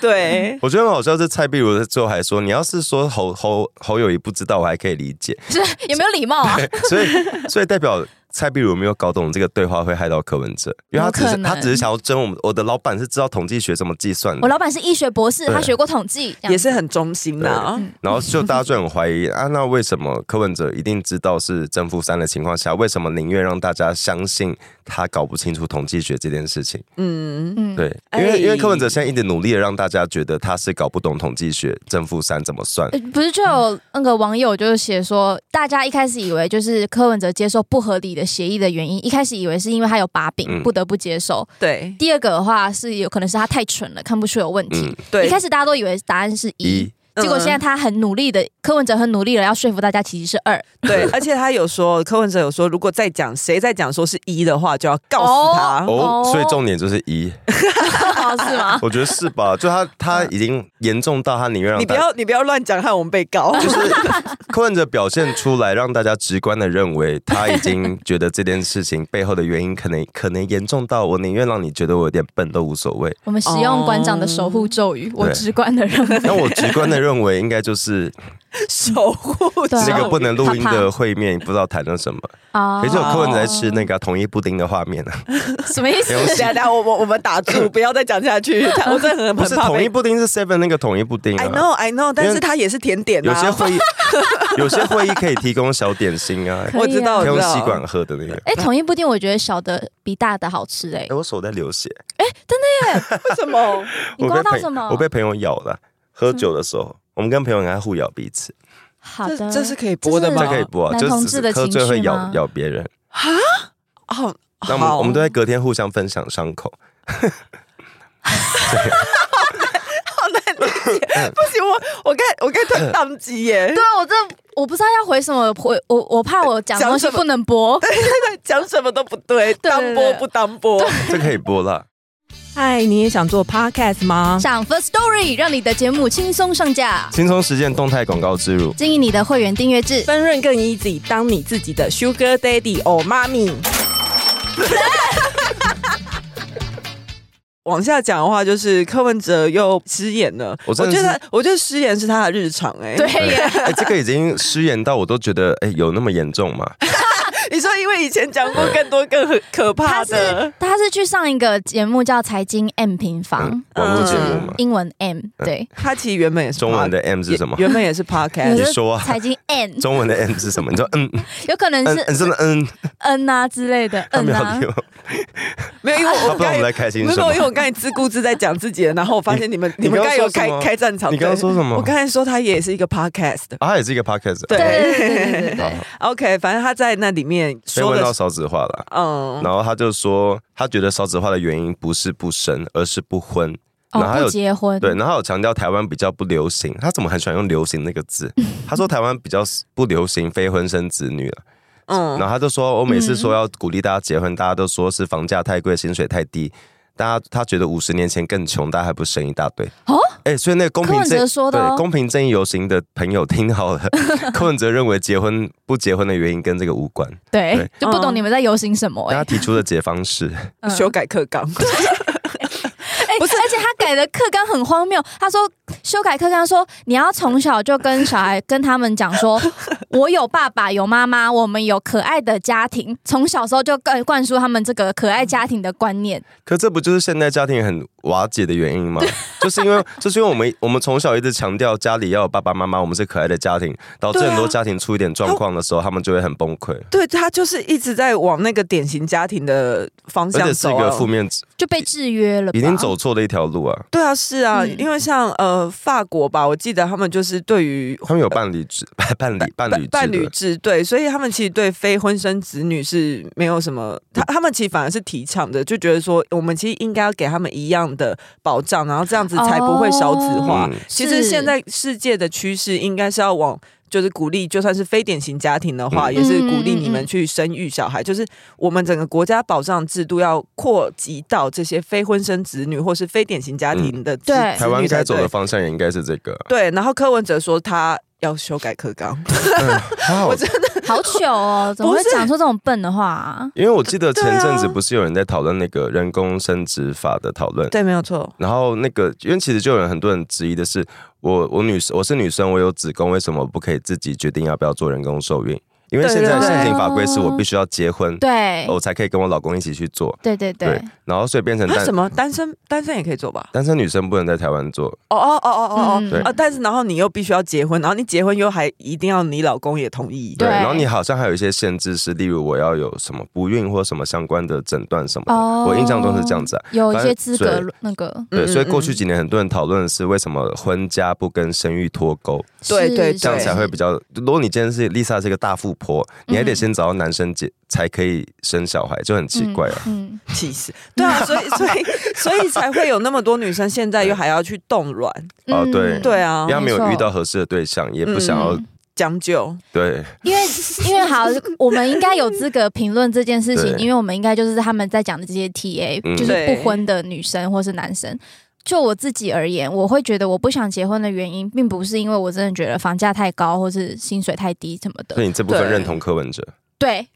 Speaker 1: 对，
Speaker 2: 嗯
Speaker 3: 我觉得很好笑是蔡碧如在最后还说，你要是说侯侯侯友谊不知道，我还可以理解。
Speaker 2: 就是有没有礼貌啊？
Speaker 3: 所以，所以代表蔡碧如没有搞懂这个对话会害到柯文哲，因为他只
Speaker 2: 有可
Speaker 3: 是
Speaker 2: 能
Speaker 3: 他只是想要争我们我的老板是知道统计学怎么计算
Speaker 2: 我
Speaker 3: 的，
Speaker 2: 老板是医学博士，
Speaker 3: 对
Speaker 2: 他学过统计，这样
Speaker 1: 也是很忠心的、啊。
Speaker 3: 然后就大家就很怀疑啊，那为什么柯文哲一定知道是正负三的情况下，为什么宁愿让大家相信他搞不清楚统计学这件事情？
Speaker 1: 嗯，
Speaker 2: 嗯，
Speaker 3: 对，
Speaker 1: 哎
Speaker 3: 因为因为柯文哲现在一直努力的让大家觉得他是搞不懂统计学正负三怎么算，
Speaker 2: 呃不是就有那个网友就是写说，大家一开始以为就是柯文哲接受不合理的协议的原因，一开始以为是因为他有把柄，
Speaker 3: 嗯
Speaker 2: 不得不接受。
Speaker 1: 对
Speaker 2: 第二个的话是有可能是他太蠢了，看不出有问题
Speaker 3: 嗯。
Speaker 1: 对，嗯
Speaker 2: 一开始大家都以为答案是一
Speaker 3: 一，
Speaker 2: 结果现在他很努力的，柯文哲很努力了，要说服大家其实是二。
Speaker 1: 对，而且他有说，柯文哲有说，如果再讲谁再讲说是一的话，就要告死他。
Speaker 3: 哦
Speaker 2: 哦，
Speaker 3: 所以重点就是一，
Speaker 2: 哦，是吗？
Speaker 3: 我觉得是吧？就他他已经严重到他宁愿让
Speaker 1: 你不
Speaker 3: 大家
Speaker 1: 要你不要乱讲，害我们被告。
Speaker 3: 就是柯文哲表现出来，让大家直观的认为他已经觉得这件事情背后的原因可能可能严重到我宁愿让你觉得我有点笨都无所谓。
Speaker 2: 我们使用馆长的守护咒语，我
Speaker 3: 哦对
Speaker 2: 直观的认 为。
Speaker 3: 那我直观的认为，应 该就是
Speaker 1: 守护者
Speaker 2: 对啊
Speaker 3: 那个不能录音
Speaker 2: 怕怕
Speaker 3: 的会面，不知道谈了什么。
Speaker 2: 啊
Speaker 3: 也就有柯文哲在吃那个统一布丁的画面 啊，
Speaker 2: 什么意思？
Speaker 3: 没有
Speaker 1: 等一下等一下，我我我们打 住，不要再讲下去。他我真的很
Speaker 3: 不
Speaker 1: 很
Speaker 3: 是
Speaker 1: 怕
Speaker 3: 统一
Speaker 1: 被。
Speaker 3: 布丁是 Seven 那个统一布丁
Speaker 1: I
Speaker 3: 啊。
Speaker 1: know I know，但是他也是甜点
Speaker 3: 有些
Speaker 1: 啊。
Speaker 3: 会议， 有些会议可以提供小点心啊，
Speaker 1: 我知道，
Speaker 3: 可
Speaker 1: 我知
Speaker 3: 以啊用
Speaker 2: 哦
Speaker 1: 道。
Speaker 3: 吸管喝的那个。
Speaker 2: 哎，统一布丁我觉得小的比大的好吃哎
Speaker 3: 哎，。我手在流血，
Speaker 1: 为什么？
Speaker 2: 你
Speaker 3: 我
Speaker 2: 刮
Speaker 3: 被
Speaker 2: 到
Speaker 3: 朋
Speaker 2: 什么？
Speaker 3: 我被朋友咬了。喝酒的时候，我们跟朋友还互咬彼此。
Speaker 2: 好
Speaker 1: 这
Speaker 2: 的，
Speaker 1: 这是可以播的吗
Speaker 3: 这可以播、啊，
Speaker 2: 男
Speaker 3: 就
Speaker 2: 同
Speaker 3: 是
Speaker 2: 志的
Speaker 3: 喝
Speaker 2: 情
Speaker 3: 醉会
Speaker 2: 绪吗
Speaker 3: 咬咬别人。
Speaker 1: 哦，
Speaker 3: 那我们
Speaker 1: 好
Speaker 3: 我们都在隔天互相分享伤口。
Speaker 1: 不行，我我该我该断宕机耶
Speaker 2: 对。啊，我这我不知道要回什么，回我我怕我讲的东西
Speaker 1: 讲什么
Speaker 2: 不能播。
Speaker 1: 讲什么都不对，
Speaker 2: 对
Speaker 1: 当播不当播。
Speaker 3: 这可以播啦。
Speaker 1: 嗨，你也想做 podcast 吗？
Speaker 2: 上 First Story 让你的节目轻松上架，
Speaker 3: 轻松实践动态广告植入，
Speaker 2: 经营你的会员订阅制。
Speaker 1: 分润更 easy，当你自己的 sugar daddy 或妈咪。 往下讲的话，就是柯文哲又失言了。
Speaker 3: 我真的
Speaker 1: 觉
Speaker 3: 是
Speaker 1: 得，我觉得失言是他的日常、哎，
Speaker 2: 对，呀，
Speaker 1: 嗯
Speaker 3: 哎、这个已经失言到我都觉得，哎、有那么严重吗？
Speaker 1: 你说因为以前讲过更多更很可怕
Speaker 2: 他是
Speaker 1: 的，
Speaker 2: 他是去上一个节目叫《财经 M 平方》
Speaker 3: 嗯，网络节目嘛，
Speaker 2: 英文 M 对，
Speaker 1: 他其实原本也是
Speaker 3: 中文
Speaker 1: pod-
Speaker 3: 的 M 是什么？
Speaker 1: 原本也是 podcast，
Speaker 3: 你 说啊
Speaker 2: 财经 N，
Speaker 3: 中文的 M 是什么？你说嗯
Speaker 2: 有可能
Speaker 3: 嗯
Speaker 2: 是
Speaker 3: 嗯，真的嗯，
Speaker 2: N 啊之类的
Speaker 1: 嗯
Speaker 3: 他
Speaker 2: N
Speaker 3: 没有
Speaker 2: 啊
Speaker 3: 理，我，
Speaker 1: 没有，因为
Speaker 3: 他
Speaker 1: 我
Speaker 3: 不知道
Speaker 1: 刚
Speaker 3: 我们
Speaker 1: 才
Speaker 3: 在开心
Speaker 1: 没
Speaker 3: 什么
Speaker 1: 有，。因为我刚才自顾自在讲自己的，然后我发现你们
Speaker 3: 你
Speaker 1: 你们
Speaker 3: 刚
Speaker 1: 刚才
Speaker 3: 说
Speaker 1: 有
Speaker 3: 什
Speaker 1: 开
Speaker 3: 么
Speaker 1: 开战场。
Speaker 3: 你刚刚
Speaker 1: 对
Speaker 3: 说什么？
Speaker 1: 我刚才说他也是一个 podcast。
Speaker 3: 啊，他也是一个 podcast，
Speaker 1: 对
Speaker 2: 对 对对对对对
Speaker 3: 好
Speaker 2: 对
Speaker 3: 好，
Speaker 1: OK，反正他在那里面
Speaker 3: 被
Speaker 1: 说
Speaker 3: 问到
Speaker 1: 的，
Speaker 3: 少子化了，
Speaker 1: 嗯，
Speaker 3: 然后他就说，他觉得少子化的原因不是不生，而是不婚。然后
Speaker 2: 哦
Speaker 3: 还有
Speaker 2: 不结婚，
Speaker 3: 对，然后他有强调台湾比较不流行，他怎么很喜欢用“流行”那个字？他说台湾比较不流行非婚生子女了。然
Speaker 1: 嗯，
Speaker 3: 后他就说，哦我每次说要鼓励大家结婚，大家都说是房价太贵，薪水太低。大家他觉得五十年前更穷，大家还不生一大堆
Speaker 2: 哦。
Speaker 3: 哎、所以那个公
Speaker 2: 柯
Speaker 3: 平
Speaker 2: 文哲
Speaker 3: 正
Speaker 2: 说的哦
Speaker 3: 对公平正义游行的朋友听好了，柯文哲认为结婚不结婚的原因跟这个无关，
Speaker 2: 对
Speaker 3: 对，
Speaker 2: 就不懂
Speaker 1: 嗯
Speaker 2: 你们在游行什么
Speaker 3: 但
Speaker 2: 哎
Speaker 3: 他。提出的解方式，
Speaker 2: 嗯
Speaker 1: 修改课纲，
Speaker 2: 哎
Speaker 1: 不是
Speaker 2: 而且他改的课纲很荒谬。他说修改课纲说，你要从小就跟小孩跟他们讲 说，我有爸爸有妈妈，我们有可爱的家庭，从小时候就灌灌输他们这个可爱家庭的观念。
Speaker 3: 可这不就是现代家庭很瓦解的原因 吗？就是因为，就是因为我们我们从小一直强调家里要有爸爸妈妈，我们是可爱的家庭，导致
Speaker 1: 对啊
Speaker 3: 很多家庭出一点状况的时候，他们就会很崩溃，
Speaker 1: 对他就是一直在往那个典型家庭的方
Speaker 3: 而
Speaker 1: 向
Speaker 3: 且是
Speaker 1: 走
Speaker 3: 一
Speaker 1: 啊、
Speaker 3: 个负面，
Speaker 2: 就被制约了吧，
Speaker 3: 已经走错了一条路啊。
Speaker 1: 对啊，是啊，
Speaker 2: 嗯
Speaker 1: 因为像呃法国吧，我记得他们就是对于
Speaker 3: 他们有伴侣 制、伴侣伴侣
Speaker 1: 伴侣
Speaker 3: 制
Speaker 1: 制，对，所以他们其实对非婚生子女是没有什么，他
Speaker 3: 嗯
Speaker 1: 他们其实反而是提倡的，就觉得说我们其实应该要给他们一样的保障，然后这样子才不会少子
Speaker 3: 的，
Speaker 1: 化。
Speaker 3: 嗯，
Speaker 1: 其实
Speaker 2: 是
Speaker 1: 现在世界的趋势应该是要往。就是鼓励，就算是非典型家庭的话，
Speaker 3: 嗯
Speaker 1: 也是鼓励你们去生育小孩。就是我们整个国家保障制度要扩及到这些非婚生子女或是非典型家庭的子、
Speaker 2: 对
Speaker 3: 嗯台湾
Speaker 1: 子女
Speaker 3: 该走
Speaker 1: 才
Speaker 3: 的
Speaker 1: 对
Speaker 3: 方向也应该是这个。
Speaker 1: 对，然后柯文哲说他要修改课纲，啊
Speaker 3: 还好，
Speaker 2: 好糗 哦，怎么会
Speaker 1: 不是
Speaker 2: 讲出这种笨的话、啊？
Speaker 3: 因为我记得前阵子
Speaker 1: 对啊
Speaker 3: 不是有人在讨论那个人工生殖法的讨论，
Speaker 1: 对，没有错。
Speaker 3: 然后那个，因为其实就有人很多人质疑的是，我我女我是女生，我有子宫，为什么不可以自己决定要不要做人工受孕？因为
Speaker 1: 对啊
Speaker 3: 现在
Speaker 1: 对
Speaker 3: 现行法规是我必须要结婚，哦
Speaker 2: 对，
Speaker 3: 我才可以跟我老公一起去做。
Speaker 2: 对对对，
Speaker 3: 然后所以变成
Speaker 1: 那
Speaker 3: 单
Speaker 1: 啊什么单身单身也可以做吧？
Speaker 3: 单身女生不能在台湾做，
Speaker 1: 哦哦哦哦哦哦
Speaker 2: 嗯
Speaker 3: 对
Speaker 1: 啊！但是然后你又必须要结婚，然后你结婚又还一定要你老公也同意。
Speaker 2: 对
Speaker 3: 然后你好像还有一些限制是，例如我要有什么不孕或什么相关的诊断什么的。
Speaker 2: 哦
Speaker 3: 我印象中是这样子啊。
Speaker 2: 有一些资
Speaker 3: 反
Speaker 2: 格
Speaker 3: 正
Speaker 2: 那个
Speaker 1: 嗯
Speaker 3: 对，所以过去
Speaker 1: 嗯
Speaker 3: 几年很多人讨论的是为什么婚家不跟生育脱钩，
Speaker 1: 对
Speaker 2: 是
Speaker 1: 对
Speaker 2: 是
Speaker 3: 这样
Speaker 1: 对
Speaker 3: 才会比较。如果你今天是 Lisa 是一个大富婆，你还得
Speaker 2: 嗯
Speaker 3: 先找到男生结才可以生小孩，就很奇怪啊。
Speaker 2: 嗯，嗯
Speaker 1: 气死！对啊，所以所以 所以才会有那么多女生现在又还要去冻卵，
Speaker 3: 哦对
Speaker 2: 嗯
Speaker 1: 对啊
Speaker 3: 因为，他没
Speaker 2: 没
Speaker 3: 有
Speaker 2: 错
Speaker 3: 遇到合适的对象，也不想要
Speaker 2: 嗯
Speaker 1: 将就。
Speaker 3: 对
Speaker 2: 因为因为好， 我们应该有资格评论这件事情，
Speaker 3: 对
Speaker 2: 因为我们应该就是他们在讲的这些 TA，、
Speaker 3: 嗯
Speaker 2: 就是不婚的女生或是男生。就我自己而言，我会觉得我不想结婚的原因，并不是因为我真的觉得房价太高或是薪水太低什么
Speaker 3: 所
Speaker 2: 的。
Speaker 3: 以你这部分
Speaker 1: 对
Speaker 3: 认同 柯文哲，
Speaker 2: 对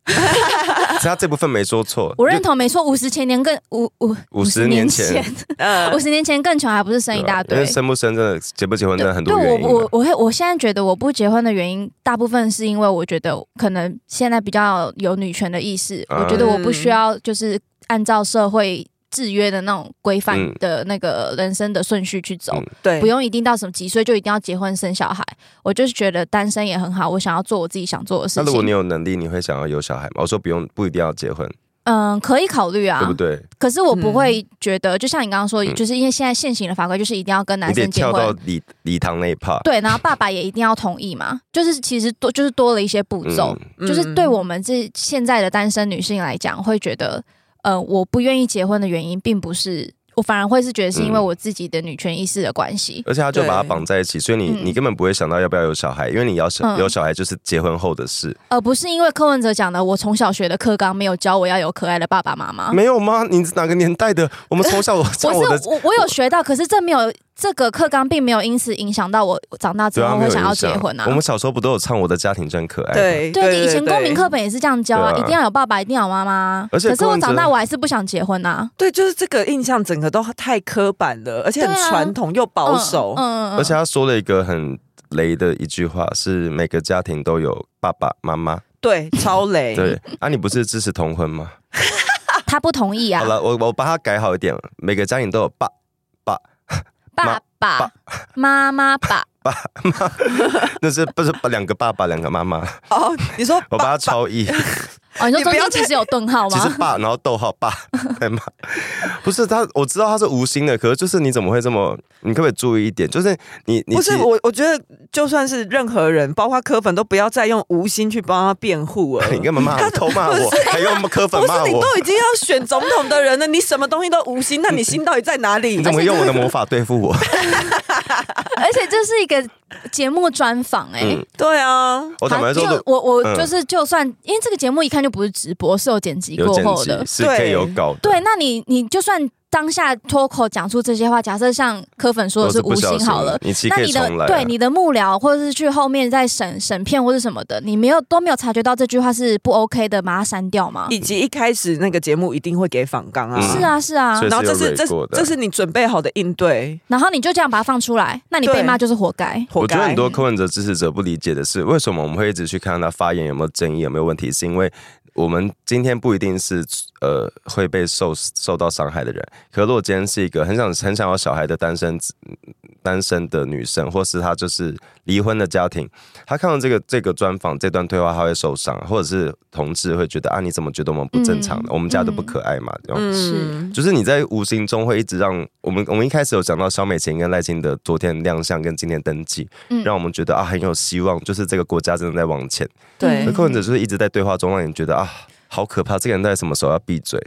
Speaker 3: 其实他这部分没说错。
Speaker 2: 我认同，没错，五十前年更五五
Speaker 3: 50年前，
Speaker 1: 呃
Speaker 2: 五，十年前更穷，还不是生
Speaker 3: 对啊
Speaker 2: 一
Speaker 3: 吧
Speaker 2: 大
Speaker 3: 因
Speaker 2: 堆
Speaker 3: 为。生不生真的结不结婚真的很多
Speaker 2: 对
Speaker 3: 原因
Speaker 2: 我我
Speaker 3: 啊。
Speaker 2: 我会，我现在觉得我不结婚的原因，大部分是因为我觉得可能现在比较有女权的意识，
Speaker 3: 啊
Speaker 2: 我觉得我不需要就是按照社会制约的那种规范
Speaker 3: 嗯
Speaker 2: 的那个人生的顺序去走，
Speaker 3: 嗯
Speaker 1: 对
Speaker 2: 不，用一定到什么几岁就一定要结婚生小孩。我就是觉得单身也很好，我想要做我自己想做的事
Speaker 3: 那如果你
Speaker 2: 情。
Speaker 3: 有能力，你会想要有小孩吗？我说不用，不一定要结婚，
Speaker 2: 嗯，可以考虑
Speaker 3: 对
Speaker 2: 啊
Speaker 3: 不。对？
Speaker 2: 可是我不会觉得，就像你刚刚说，
Speaker 3: 嗯
Speaker 2: 就是因为现在现行的法规就是一定要跟
Speaker 3: 你
Speaker 2: 男
Speaker 3: 得
Speaker 2: 生结
Speaker 3: 跳到
Speaker 2: 婚。
Speaker 3: 礼礼堂那一 part。
Speaker 2: 对，然后爸爸也一定要同意嘛，就是其实多就是多了一些步骤，
Speaker 1: 嗯
Speaker 2: 就是对我们这现在的单身女性来讲，会觉得，呃，我不愿意结婚的原因，并不是我，反而会是觉得是因为
Speaker 3: 嗯
Speaker 2: 我自己的女权意识的关系。
Speaker 3: 而且他就把它
Speaker 1: 对
Speaker 3: 绑在一起，所以你
Speaker 2: 嗯
Speaker 3: 你根本不会想到要不要有小孩，因为你要小
Speaker 2: 嗯
Speaker 3: 有小孩就是结婚后的事，
Speaker 2: 而不是因为柯文哲讲的，我从小学的课纲没有教我要有可爱的爸爸妈妈。
Speaker 3: 没有吗？你是哪个年代的？我们从小
Speaker 2: 啊我
Speaker 3: 像我的
Speaker 2: 是我，我有学到，可是这没有这个课纲，并没有因此影响到我长大之
Speaker 3: 对啊，
Speaker 2: 后
Speaker 3: 没
Speaker 2: 会
Speaker 3: 有
Speaker 2: 想要
Speaker 3: 影
Speaker 2: 结
Speaker 3: 响
Speaker 2: 婚啊
Speaker 3: 我。们小时候不都有唱《我的家庭真可爱》？。
Speaker 1: 对
Speaker 2: 对，以前公民课
Speaker 1: 对
Speaker 2: 本也是这样教啊，
Speaker 3: 对啊
Speaker 2: 一定要有爸爸，一定要有妈妈啊。
Speaker 3: 而且
Speaker 2: 可是
Speaker 3: 柯
Speaker 2: 我
Speaker 3: 文哲
Speaker 2: 长大，我还是不想结婚啊，
Speaker 1: 对，就是这个印象整个都太刻板了，而且很
Speaker 2: 对啊
Speaker 1: 传统又保守
Speaker 2: 嗯。嗯嗯
Speaker 3: 而且他说了一个很雷的一句话，是每个家庭都有爸爸妈妈，
Speaker 1: 对，超雷。
Speaker 3: 对啊，你不是支持同婚吗？
Speaker 2: 他不同 意啊
Speaker 3: 好，了，我我帮他改好一点，每个家庭都有爸 爸，
Speaker 2: 爸爸
Speaker 3: 爸、
Speaker 2: 妈妈爸，
Speaker 3: 那是不是两个爸爸两个妈妈？
Speaker 1: 哦，你说
Speaker 3: 我把它超译，
Speaker 2: 哦，你说
Speaker 1: 你不
Speaker 2: 中
Speaker 1: 要
Speaker 2: 间其实有顿号
Speaker 3: 其实
Speaker 2: 吗？
Speaker 3: 爸然后逗号 爸，哎妈，不是他，我知道他是无心的，可是就是你怎么会这么？你可不可以注意一点？就是你你
Speaker 1: 不是
Speaker 3: 其实
Speaker 1: 我，我觉得就算是任何人，包括柯粉，都不要再用无心去帮他辩护了
Speaker 3: 。你干嘛骂我？偷骂我？还 用科粉
Speaker 1: 不
Speaker 3: 骂
Speaker 1: 是你
Speaker 3: 我？
Speaker 1: 都已经要选总统的人了，你什么东西都无心，那你心到底在哪里
Speaker 3: 你？怎么用我的魔法对 付我？
Speaker 2: 而且这是一个节目专访哎、
Speaker 3: 嗯
Speaker 1: 对啊，
Speaker 3: 我坦白说，
Speaker 2: 就
Speaker 3: 如
Speaker 2: 我我
Speaker 3: 嗯
Speaker 2: 就是就算，因为这个节目一看就不是直播，是有剪辑
Speaker 3: 有
Speaker 2: 过
Speaker 3: 剪
Speaker 2: 后的
Speaker 3: 辑。是可以有稿的，
Speaker 2: 对，那你你就算当下脱口讲出这些话，假设像柯粉说
Speaker 3: 我
Speaker 2: 的是
Speaker 3: 是不
Speaker 2: 无
Speaker 3: 小
Speaker 2: 心
Speaker 3: 心
Speaker 2: 好了
Speaker 3: 的，，你其实
Speaker 2: 那
Speaker 3: 可以
Speaker 2: 你的
Speaker 3: 重来啊。
Speaker 2: 对你的幕僚或者是去后面再审审片或者什么的，你没有都没有察觉到这句话是不 OK 的，把它删掉吗？
Speaker 1: 以及一开始那个节目一定会给访纲啊，
Speaker 3: 嗯
Speaker 2: 是，啊是啊
Speaker 3: 所，以
Speaker 1: 然后这
Speaker 3: 是有
Speaker 1: 是这
Speaker 3: rate 过
Speaker 1: 是
Speaker 3: 的
Speaker 1: 这是你准备好的应对，
Speaker 2: 然后你就这样把它放出来，那你
Speaker 1: 对
Speaker 2: 被骂就是活该。
Speaker 1: 活
Speaker 3: 我觉得
Speaker 1: 该。
Speaker 3: 很多柯文哲支持者不理解的是，为什么我们会一直去看他发言有没有争议、有没有问题，是因为我们今天不一定是呃会被受受到伤害的人，可如果今天是一个很想很想要小孩的单身子单身的女生，或是她就是离婚的家庭，她看到这个这个专访这段对话，她会受伤，或者是同志会觉得啊，你怎么觉得我们不正常呢？
Speaker 2: 嗯
Speaker 3: 我们家都
Speaker 2: 嗯
Speaker 3: 不可爱嘛，这种
Speaker 1: 嗯
Speaker 2: 是，
Speaker 3: 就是你在无形中会一直让我们，我们一开始有讲到肖美琴跟赖清德昨天亮相跟今天登记，
Speaker 2: 嗯
Speaker 3: 让我们觉得啊很有希望，就是这个国家真的在往前。
Speaker 1: 对
Speaker 3: 那
Speaker 2: 嗯
Speaker 3: 柯文哲就是一直在对话中让你觉得啊好可怕，这个人在什么时候要闭 嘴？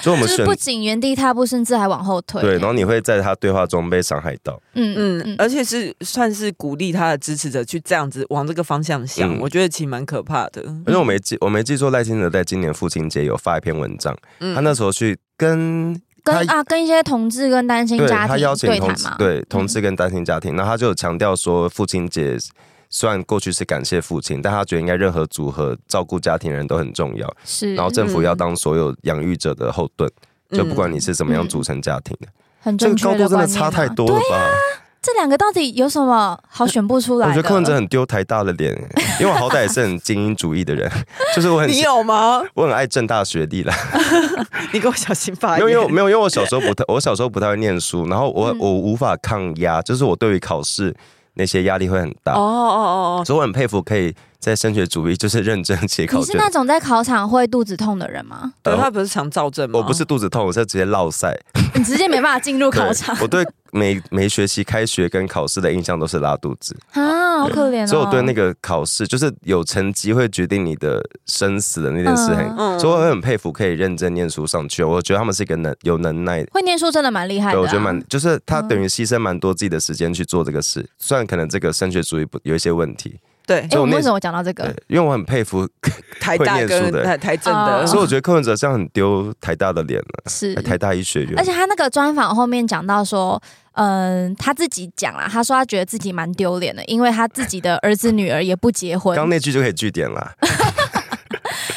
Speaker 3: 所
Speaker 2: 就
Speaker 3: 以我们
Speaker 2: 是
Speaker 3: 选
Speaker 2: 不仅原地踏步，甚至还往后退。
Speaker 3: 对，然后你会在他对话中被伤害到。
Speaker 2: 嗯
Speaker 1: 嗯，而且是算是鼓励他的支持者去这样子往这个方向想，
Speaker 3: 嗯
Speaker 1: 我觉得其实蛮可怕的。
Speaker 3: 因为我没记我没记错，赖清德在今年父亲节有发一篇文章，
Speaker 1: 嗯
Speaker 3: 他那时候去跟
Speaker 2: 跟
Speaker 3: 他
Speaker 2: 啊跟一些同志跟单亲
Speaker 3: 对
Speaker 2: 家
Speaker 3: 他邀
Speaker 2: 庭
Speaker 3: 请同
Speaker 2: 谈嗯
Speaker 3: 志
Speaker 2: 嘛，
Speaker 3: 对同志跟单亲家庭，然后他就有强调说，父亲节虽然过去是感谢父亲，但他觉得应该任何组合照顾家庭的人都很重要，
Speaker 2: 是，
Speaker 3: 然后政府
Speaker 1: 嗯
Speaker 3: 要当所有养育者的后盾，就不管你是怎么样
Speaker 2: 嗯
Speaker 3: 组成家庭的，
Speaker 2: 很
Speaker 3: 这
Speaker 2: 正
Speaker 3: 个
Speaker 2: 确
Speaker 3: 高度真
Speaker 2: 观
Speaker 3: 的
Speaker 2: 念
Speaker 3: 差
Speaker 2: 啊
Speaker 3: 太多了吧？
Speaker 2: 这两个到底有什么好选不出
Speaker 3: 我
Speaker 2: 啊来的？
Speaker 3: 觉得柯文哲很丢台大的脸，欸因为我好歹也是很精英主义的人，就是我
Speaker 1: 嗯
Speaker 3: 很
Speaker 1: 你有吗？
Speaker 3: 我很爱正大学历啦。
Speaker 1: 你给我小心发
Speaker 3: 没
Speaker 1: 言。
Speaker 3: 有，因为我没有，因为我小时候不太，我小时候不太会念书，然后我、
Speaker 2: 嗯
Speaker 3: 我无法抗压，就是我对于考试那些压力会很大，
Speaker 1: 哦哦哦
Speaker 3: 所以我很佩服可以在升学主义就是认真写考
Speaker 2: 你是
Speaker 3: 卷。
Speaker 2: 那种在考场会肚子痛的人吗？
Speaker 1: 哦，对
Speaker 3: 呃
Speaker 1: 他不是常造症吗？
Speaker 3: 我不是肚子痛，我是直接落塞。
Speaker 2: 你直接没办法进入
Speaker 3: 对
Speaker 2: 考场
Speaker 3: 我对每每学期开学跟考试的印象都是拉肚子，
Speaker 2: 啊，好可怜哦。
Speaker 3: 所以我对那个考试就是有成绩会决定你的生死的那件事很，
Speaker 1: 嗯
Speaker 3: 所以我很佩服可以认真念书上去。我觉得他们是一个能有能耐
Speaker 2: 会念书真的蛮厉害的、
Speaker 3: 对，
Speaker 2: 啊，
Speaker 3: 我觉得蛮，就是他
Speaker 2: 嗯
Speaker 3: 等于牺牲蛮多自己的时间去做这个事，虽然可能这个升学主义不有一些问题，
Speaker 1: 对
Speaker 2: 哎，
Speaker 3: 就
Speaker 2: 我
Speaker 3: 我
Speaker 2: 们
Speaker 3: 那
Speaker 2: 为什么讲到这
Speaker 3: 对
Speaker 2: 个？，
Speaker 3: 因为我很佩服，
Speaker 1: 台大
Speaker 3: 会念
Speaker 1: 跟
Speaker 3: 书的
Speaker 1: 台台政的
Speaker 2: 哦，
Speaker 3: 所以我觉得柯文哲这样很丢台大的脸了、
Speaker 2: 是
Speaker 3: 哎，台大医学院，
Speaker 2: 而且他那个专访后面讲到说，嗯，他自己讲啦，他说他觉得自己蛮丢脸的，因为他自己的儿子女儿也不结婚。
Speaker 3: 刚那句就可以据点啦，
Speaker 2: 哎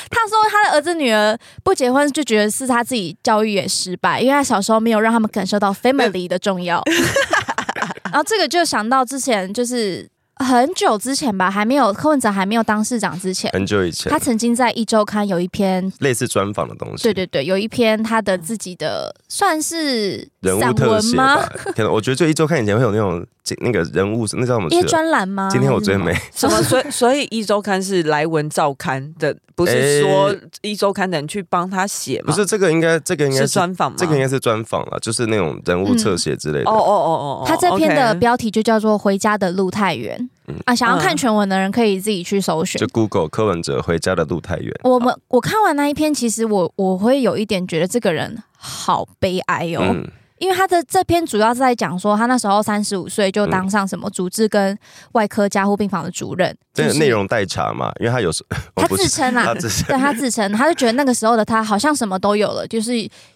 Speaker 2: 他说他的儿子女儿不结婚，就觉得是他自己教育也失败，因为他小时候没有让他们感受到 family 的重要。 然后这个就想到之前就是很久之前吧，还没有柯文哲还没有当市长之前，
Speaker 3: 很久以前
Speaker 2: 他曾经在一周刊有一篇，
Speaker 3: 类似专访的东西，
Speaker 2: 对对对，有一篇他的自己的算是
Speaker 3: 人
Speaker 2: 散
Speaker 3: 物特
Speaker 2: 文
Speaker 3: 写
Speaker 2: 吗？
Speaker 3: 吧，可能我觉得就一周看以前会有那种那个人物那叫什么
Speaker 2: 一
Speaker 3: 去
Speaker 2: 些
Speaker 3: 了？
Speaker 2: 专啊栏吗？嗯
Speaker 3: 今天我追
Speaker 2: 还
Speaker 3: 没
Speaker 2: 是，
Speaker 1: 什么？所以 所以一周刊是来文照刊的，不是说一周刊的人去帮他写吗？
Speaker 3: 不是这个应该这个应该
Speaker 1: 是
Speaker 3: 是
Speaker 1: 专访吗？
Speaker 3: 这个应该是专访了，就是那种人物侧写之类的。
Speaker 1: 哦
Speaker 2: 嗯
Speaker 1: 哦哦哦哦，
Speaker 2: 什么？他这篇的
Speaker 1: OK
Speaker 2: 标题就叫做《回家的路太远》
Speaker 3: 嗯
Speaker 2: 啊，想要看
Speaker 1: 嗯
Speaker 2: 全文的人可以自己去搜寻
Speaker 3: 就。Google 柯文哲回家的路太远，
Speaker 2: 我们我看完那一篇，其实我我会有一点觉得这个人好悲哀哦，
Speaker 3: 嗯，
Speaker 2: 因为他的这篇主要是在讲说，他那时候三十五岁就当上什么主治跟外科加护病房的主任，
Speaker 3: 这
Speaker 2: 就
Speaker 3: 个
Speaker 2: 是
Speaker 3: 内容代查嘛，因为他有时 我
Speaker 2: 他
Speaker 3: 不
Speaker 2: 自啊
Speaker 3: 是
Speaker 2: 称啦
Speaker 3: 他。自己
Speaker 2: 对他自称，他就觉得那个时候的他好像什么都有了，就是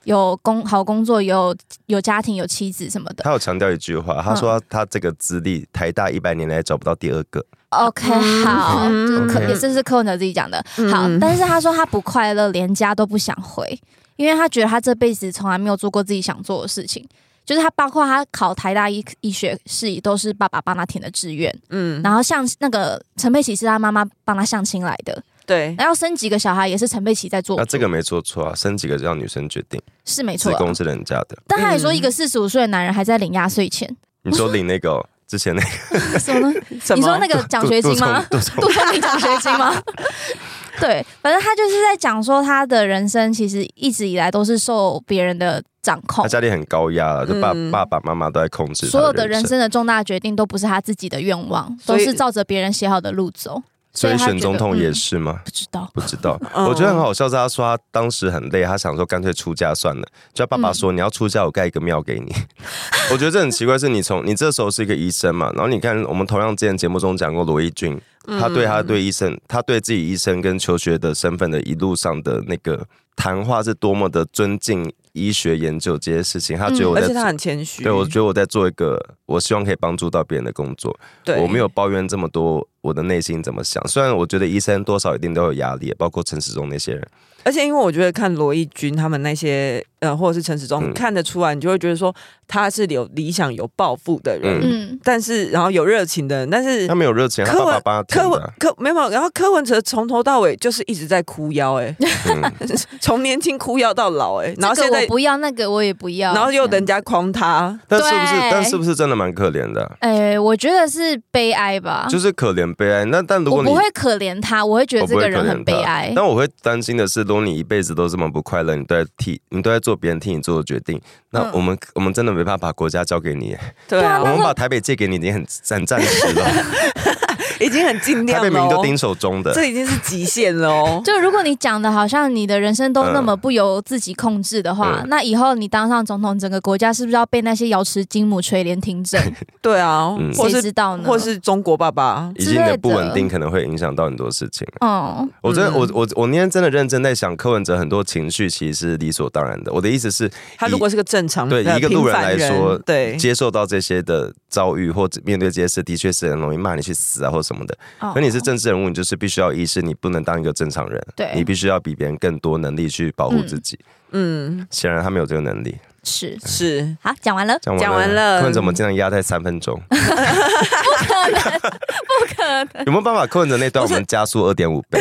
Speaker 2: 有工好工作，有有家庭，有妻子什么的。
Speaker 3: 他有强调一句话，他
Speaker 2: 嗯
Speaker 3: 说他这个资历，台大一百年来找不到第二个。
Speaker 2: OK，
Speaker 1: 嗯
Speaker 2: 好，
Speaker 1: 嗯
Speaker 2: 可
Speaker 3: OK
Speaker 2: 也这是柯文哲自己讲的。
Speaker 1: 嗯
Speaker 2: 好，但是他说他不快乐，连家都不想回，因为他觉得他这辈子从来没有做过自己想做的事情。就是他，包括他考台大医医学系，都是爸爸帮他填的志愿。
Speaker 1: 嗯
Speaker 2: 然后像那个陈佩琪是他妈妈帮他相亲来的，
Speaker 1: 对，
Speaker 2: 那要生几个小孩也是陈佩琪在做主，
Speaker 3: 那这个没做错啊，生几个让女生决定，
Speaker 2: 是没错
Speaker 3: 子
Speaker 2: 啊。
Speaker 3: 宫是人家的。
Speaker 2: 但他也
Speaker 1: 嗯
Speaker 2: 说，一个四十五岁的男人还在领压岁 钱，
Speaker 3: 你说领那个哦、之前那个
Speaker 2: 什么呢？
Speaker 1: 什
Speaker 2: 你说
Speaker 1: 么
Speaker 2: 那个奖
Speaker 3: 杜
Speaker 2: 学
Speaker 3: 杜
Speaker 2: 金吗？
Speaker 3: 仲杜仲
Speaker 2: 杜聪明奖学金 吗？对，反正他就是在讲说，他的人生其实一直以来都是受别人的掌控
Speaker 3: 他，家里很高压了，就爸、
Speaker 1: 嗯
Speaker 3: 爸爸妈妈都在控制他
Speaker 2: 所有的
Speaker 3: 人
Speaker 2: 人，生的重大决定都不是他自己的愿望，
Speaker 1: 所
Speaker 2: 都
Speaker 1: 以
Speaker 2: 是照着别人写好的路走。
Speaker 3: 所以
Speaker 2: 他
Speaker 3: 选
Speaker 2: 觉
Speaker 3: 总
Speaker 2: 得
Speaker 3: 统也
Speaker 2: 嗯
Speaker 3: 是吗？
Speaker 2: 不知道，
Speaker 3: 不知道，
Speaker 1: 嗯
Speaker 3: 我觉得很好笑。是他说他当时很累，他想说干脆出家算了。就他爸爸说、你要出家，我盖一个庙给你。我觉得这很奇怪，是你从你这时候是一个医生嘛，然后你看我们同样之前节目中讲过罗毅军，
Speaker 1: 嗯
Speaker 3: 他对他对医生，他对自己医生跟求学的身份的一路上的那个谈话是多么的尊敬医学研究这些事情，他觉得
Speaker 2: 嗯
Speaker 3: 我
Speaker 1: 而
Speaker 3: 在
Speaker 1: 且
Speaker 3: 做、
Speaker 1: 他很谦虚，
Speaker 3: 对我觉得我在做一个我希望可以帮助到别人的工作，
Speaker 1: 对
Speaker 3: 我没有抱怨这么多，我的内心怎么想？虽然我觉得医生多少一定都有压力，包括陈时中那些人。
Speaker 1: 而且因为我觉得看罗毅军他们那些，呃，或者是陈时中，
Speaker 3: 嗯
Speaker 1: 你看得出来，你就会觉得说他是有理想、有抱负的人，
Speaker 3: 嗯
Speaker 2: 嗯，
Speaker 1: 但是然后有热情的人，但是
Speaker 3: 他没有热情，他
Speaker 1: 柯
Speaker 3: 爸
Speaker 1: 文
Speaker 3: 爸帮他
Speaker 1: 柯
Speaker 3: 填
Speaker 1: 文
Speaker 3: 的啊。
Speaker 1: 柯没有，然后柯文哲从头到尾就是一直在哭腰、哎，
Speaker 3: 嗯
Speaker 1: 从年轻哭腰到老、哎，然后
Speaker 2: 这个
Speaker 1: 现在
Speaker 2: 我，不要，那个我也不要，嗯
Speaker 1: 然后又人家诓他，
Speaker 3: 但是不是
Speaker 2: 对？
Speaker 3: 但是不是真的蛮可怜的啊？
Speaker 2: 哎，我觉得是悲哀吧，
Speaker 3: 就是可怜悲哀。那但如
Speaker 2: 啊我
Speaker 3: 果你
Speaker 2: 不会可怜他，我会觉得
Speaker 3: 我
Speaker 2: 这
Speaker 3: 不
Speaker 2: 个
Speaker 3: 会可
Speaker 2: 人
Speaker 3: 怜
Speaker 2: 很悲
Speaker 3: 他
Speaker 2: 哀。
Speaker 3: 但我会担心的是，如果你一辈子都这么不快乐，你都在替你都在做别人替你做的决定，那
Speaker 1: 嗯
Speaker 3: 我们、我们真的没办法把国家交给你。
Speaker 1: 对
Speaker 2: 对啊
Speaker 1: 啊，
Speaker 3: 我
Speaker 2: 那。
Speaker 3: 们把台北借给你已经很很暂时了，
Speaker 1: 已经很尽
Speaker 3: 台
Speaker 1: 量
Speaker 3: 北
Speaker 1: 了
Speaker 3: 民
Speaker 1: 哦、
Speaker 3: 都盯手中的。
Speaker 1: 这已经是极限了哦
Speaker 2: 就如果你讲的好像你的人生都那么不由自己控制的话，
Speaker 3: 嗯
Speaker 2: 那以后你当上总统，整个国家是不是要被那些瑶池金母垂帘听 政？
Speaker 1: 对啊，
Speaker 3: 嗯
Speaker 1: 或
Speaker 2: 谁
Speaker 1: 是
Speaker 2: 知道呢？
Speaker 1: 或是中国爸爸，
Speaker 3: 已经你的不
Speaker 2: 之类
Speaker 3: 稳
Speaker 2: 的
Speaker 3: 定可能会影响到很多事情。
Speaker 2: 嗯，
Speaker 3: 我真的，
Speaker 1: 嗯
Speaker 3: 我我我那天真的认真在想，柯文哲很多情绪其实是理所当然的。我的意思是，
Speaker 1: 他如果是个正常
Speaker 3: 对
Speaker 1: 的
Speaker 3: 一个
Speaker 1: 嗯平
Speaker 3: 路人
Speaker 1: 凡
Speaker 3: 来
Speaker 1: 人
Speaker 3: 说
Speaker 1: 对，
Speaker 3: 接受到这些的遭遇或者面对这些事，的确是很容易骂你去死啊或什么的。
Speaker 2: 哦
Speaker 3: 可你是政治人物，你就是必须要意识你不能当一个正常人，
Speaker 2: 对
Speaker 3: 你必须要比别人更多能力去保护自己。
Speaker 1: 嗯，
Speaker 3: 显然他没有这个能力。
Speaker 2: 是
Speaker 1: 是。
Speaker 2: 好，讲完了，
Speaker 3: 讲完
Speaker 1: 讲完了
Speaker 3: 柯文哲我们经常压在三 分钟，
Speaker 2: 不可能。
Speaker 3: 有没有办法？柯文哲那段我
Speaker 1: 不是
Speaker 3: 们加速二点五倍，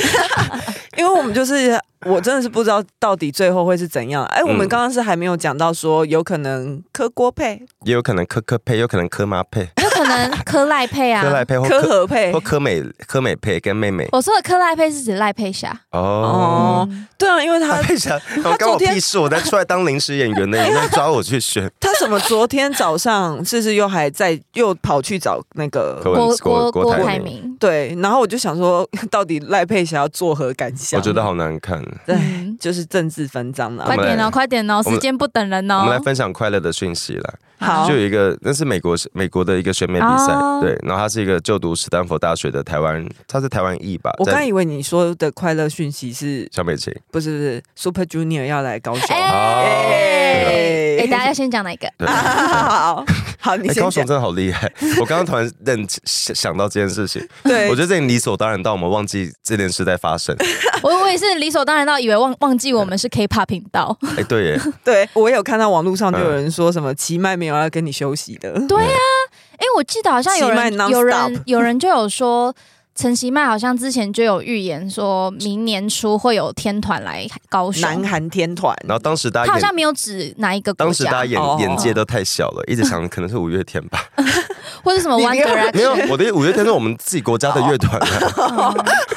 Speaker 1: 因为我们就是，我真的是不知道到底最后会是怎样。哎，我
Speaker 3: 嗯
Speaker 1: 们刚刚是还没有讲到说，有可能柯郭配、
Speaker 3: 也有可能柯柯配，有可能柯妈配，
Speaker 2: 有可能柯赖配 啊
Speaker 3: 柯，赖配或
Speaker 1: 柯
Speaker 3: 柯
Speaker 1: 和配
Speaker 3: 或，柯美柯美配跟妹妹
Speaker 2: 我说的柯赖配是指赖佩霞。
Speaker 3: 哦。
Speaker 1: 哦
Speaker 2: 嗯
Speaker 1: 对啊，因为他
Speaker 3: 他配想，我关我屁事！我在出来当临时演员 的，你在抓我去选
Speaker 1: 他怎么昨天早上是不是又还在又跑去找那
Speaker 3: 柯
Speaker 1: 个
Speaker 3: 文
Speaker 2: 郭
Speaker 3: 郭
Speaker 2: 郭郭
Speaker 3: 郭
Speaker 2: 台
Speaker 3: 台
Speaker 2: 铭，
Speaker 1: 对，然后我就想说，到底赖佩霞要作何感想？
Speaker 3: 我觉得好难看。
Speaker 1: 对，
Speaker 2: 嗯
Speaker 1: 就是政治分赃了
Speaker 2: 快。点哦，快点哦，
Speaker 3: 我们
Speaker 2: 时间不等人
Speaker 3: 我们来
Speaker 2: 哦。
Speaker 3: 分享快乐的讯息啦，
Speaker 1: 好
Speaker 3: 就有一个那是美国美国的一个选美比赛
Speaker 2: 哦，
Speaker 3: 对，然后他是一个就读史丹佛大学的台湾，他是台湾裔吧？
Speaker 1: 我刚
Speaker 3: 在
Speaker 1: 以为你说的快乐讯息是
Speaker 3: 小美琴，
Speaker 1: 不是不是 Super Junior 要来高雄？
Speaker 2: 哎
Speaker 1: 哎
Speaker 2: 哎，大家要先讲哪一个？
Speaker 3: 对，
Speaker 1: 好好， 你
Speaker 3: 哎，
Speaker 1: 先
Speaker 3: 高雄
Speaker 1: 讲。
Speaker 3: 真的好厉害！我刚刚突然认想想到这件事情，
Speaker 1: 对
Speaker 3: 我觉，得这理所当然到我们忘记这件事在发 生。
Speaker 2: 我我也是理所当然到以为忘忘记我们是 K-pop 频道。
Speaker 3: 哎，对耶，
Speaker 1: 对我有看到网络上就有
Speaker 3: 嗯
Speaker 1: 人说什么奇麦没有要跟你休息的，
Speaker 2: 对啊，哎、我记得好像有人
Speaker 1: 奇迈 nonstop
Speaker 2: 有人 有人就有说，陈其迈好像之前就有预言说，明年初会有天团来高雄，
Speaker 1: 南韩天团，
Speaker 3: 然后当时大
Speaker 2: 他
Speaker 3: 家
Speaker 2: 好像
Speaker 3: 眼，
Speaker 2: 没有指哪一个国
Speaker 3: 当时大
Speaker 2: 家
Speaker 3: 家，眼
Speaker 1: 哦
Speaker 3: 眼界都太小了，一直想可能是五月天吧。
Speaker 2: 或者什么
Speaker 1: 你
Speaker 2: One
Speaker 1: 没有
Speaker 2: Direction，
Speaker 3: 没有，我的五月天是我们自己国家的乐团
Speaker 2: 哦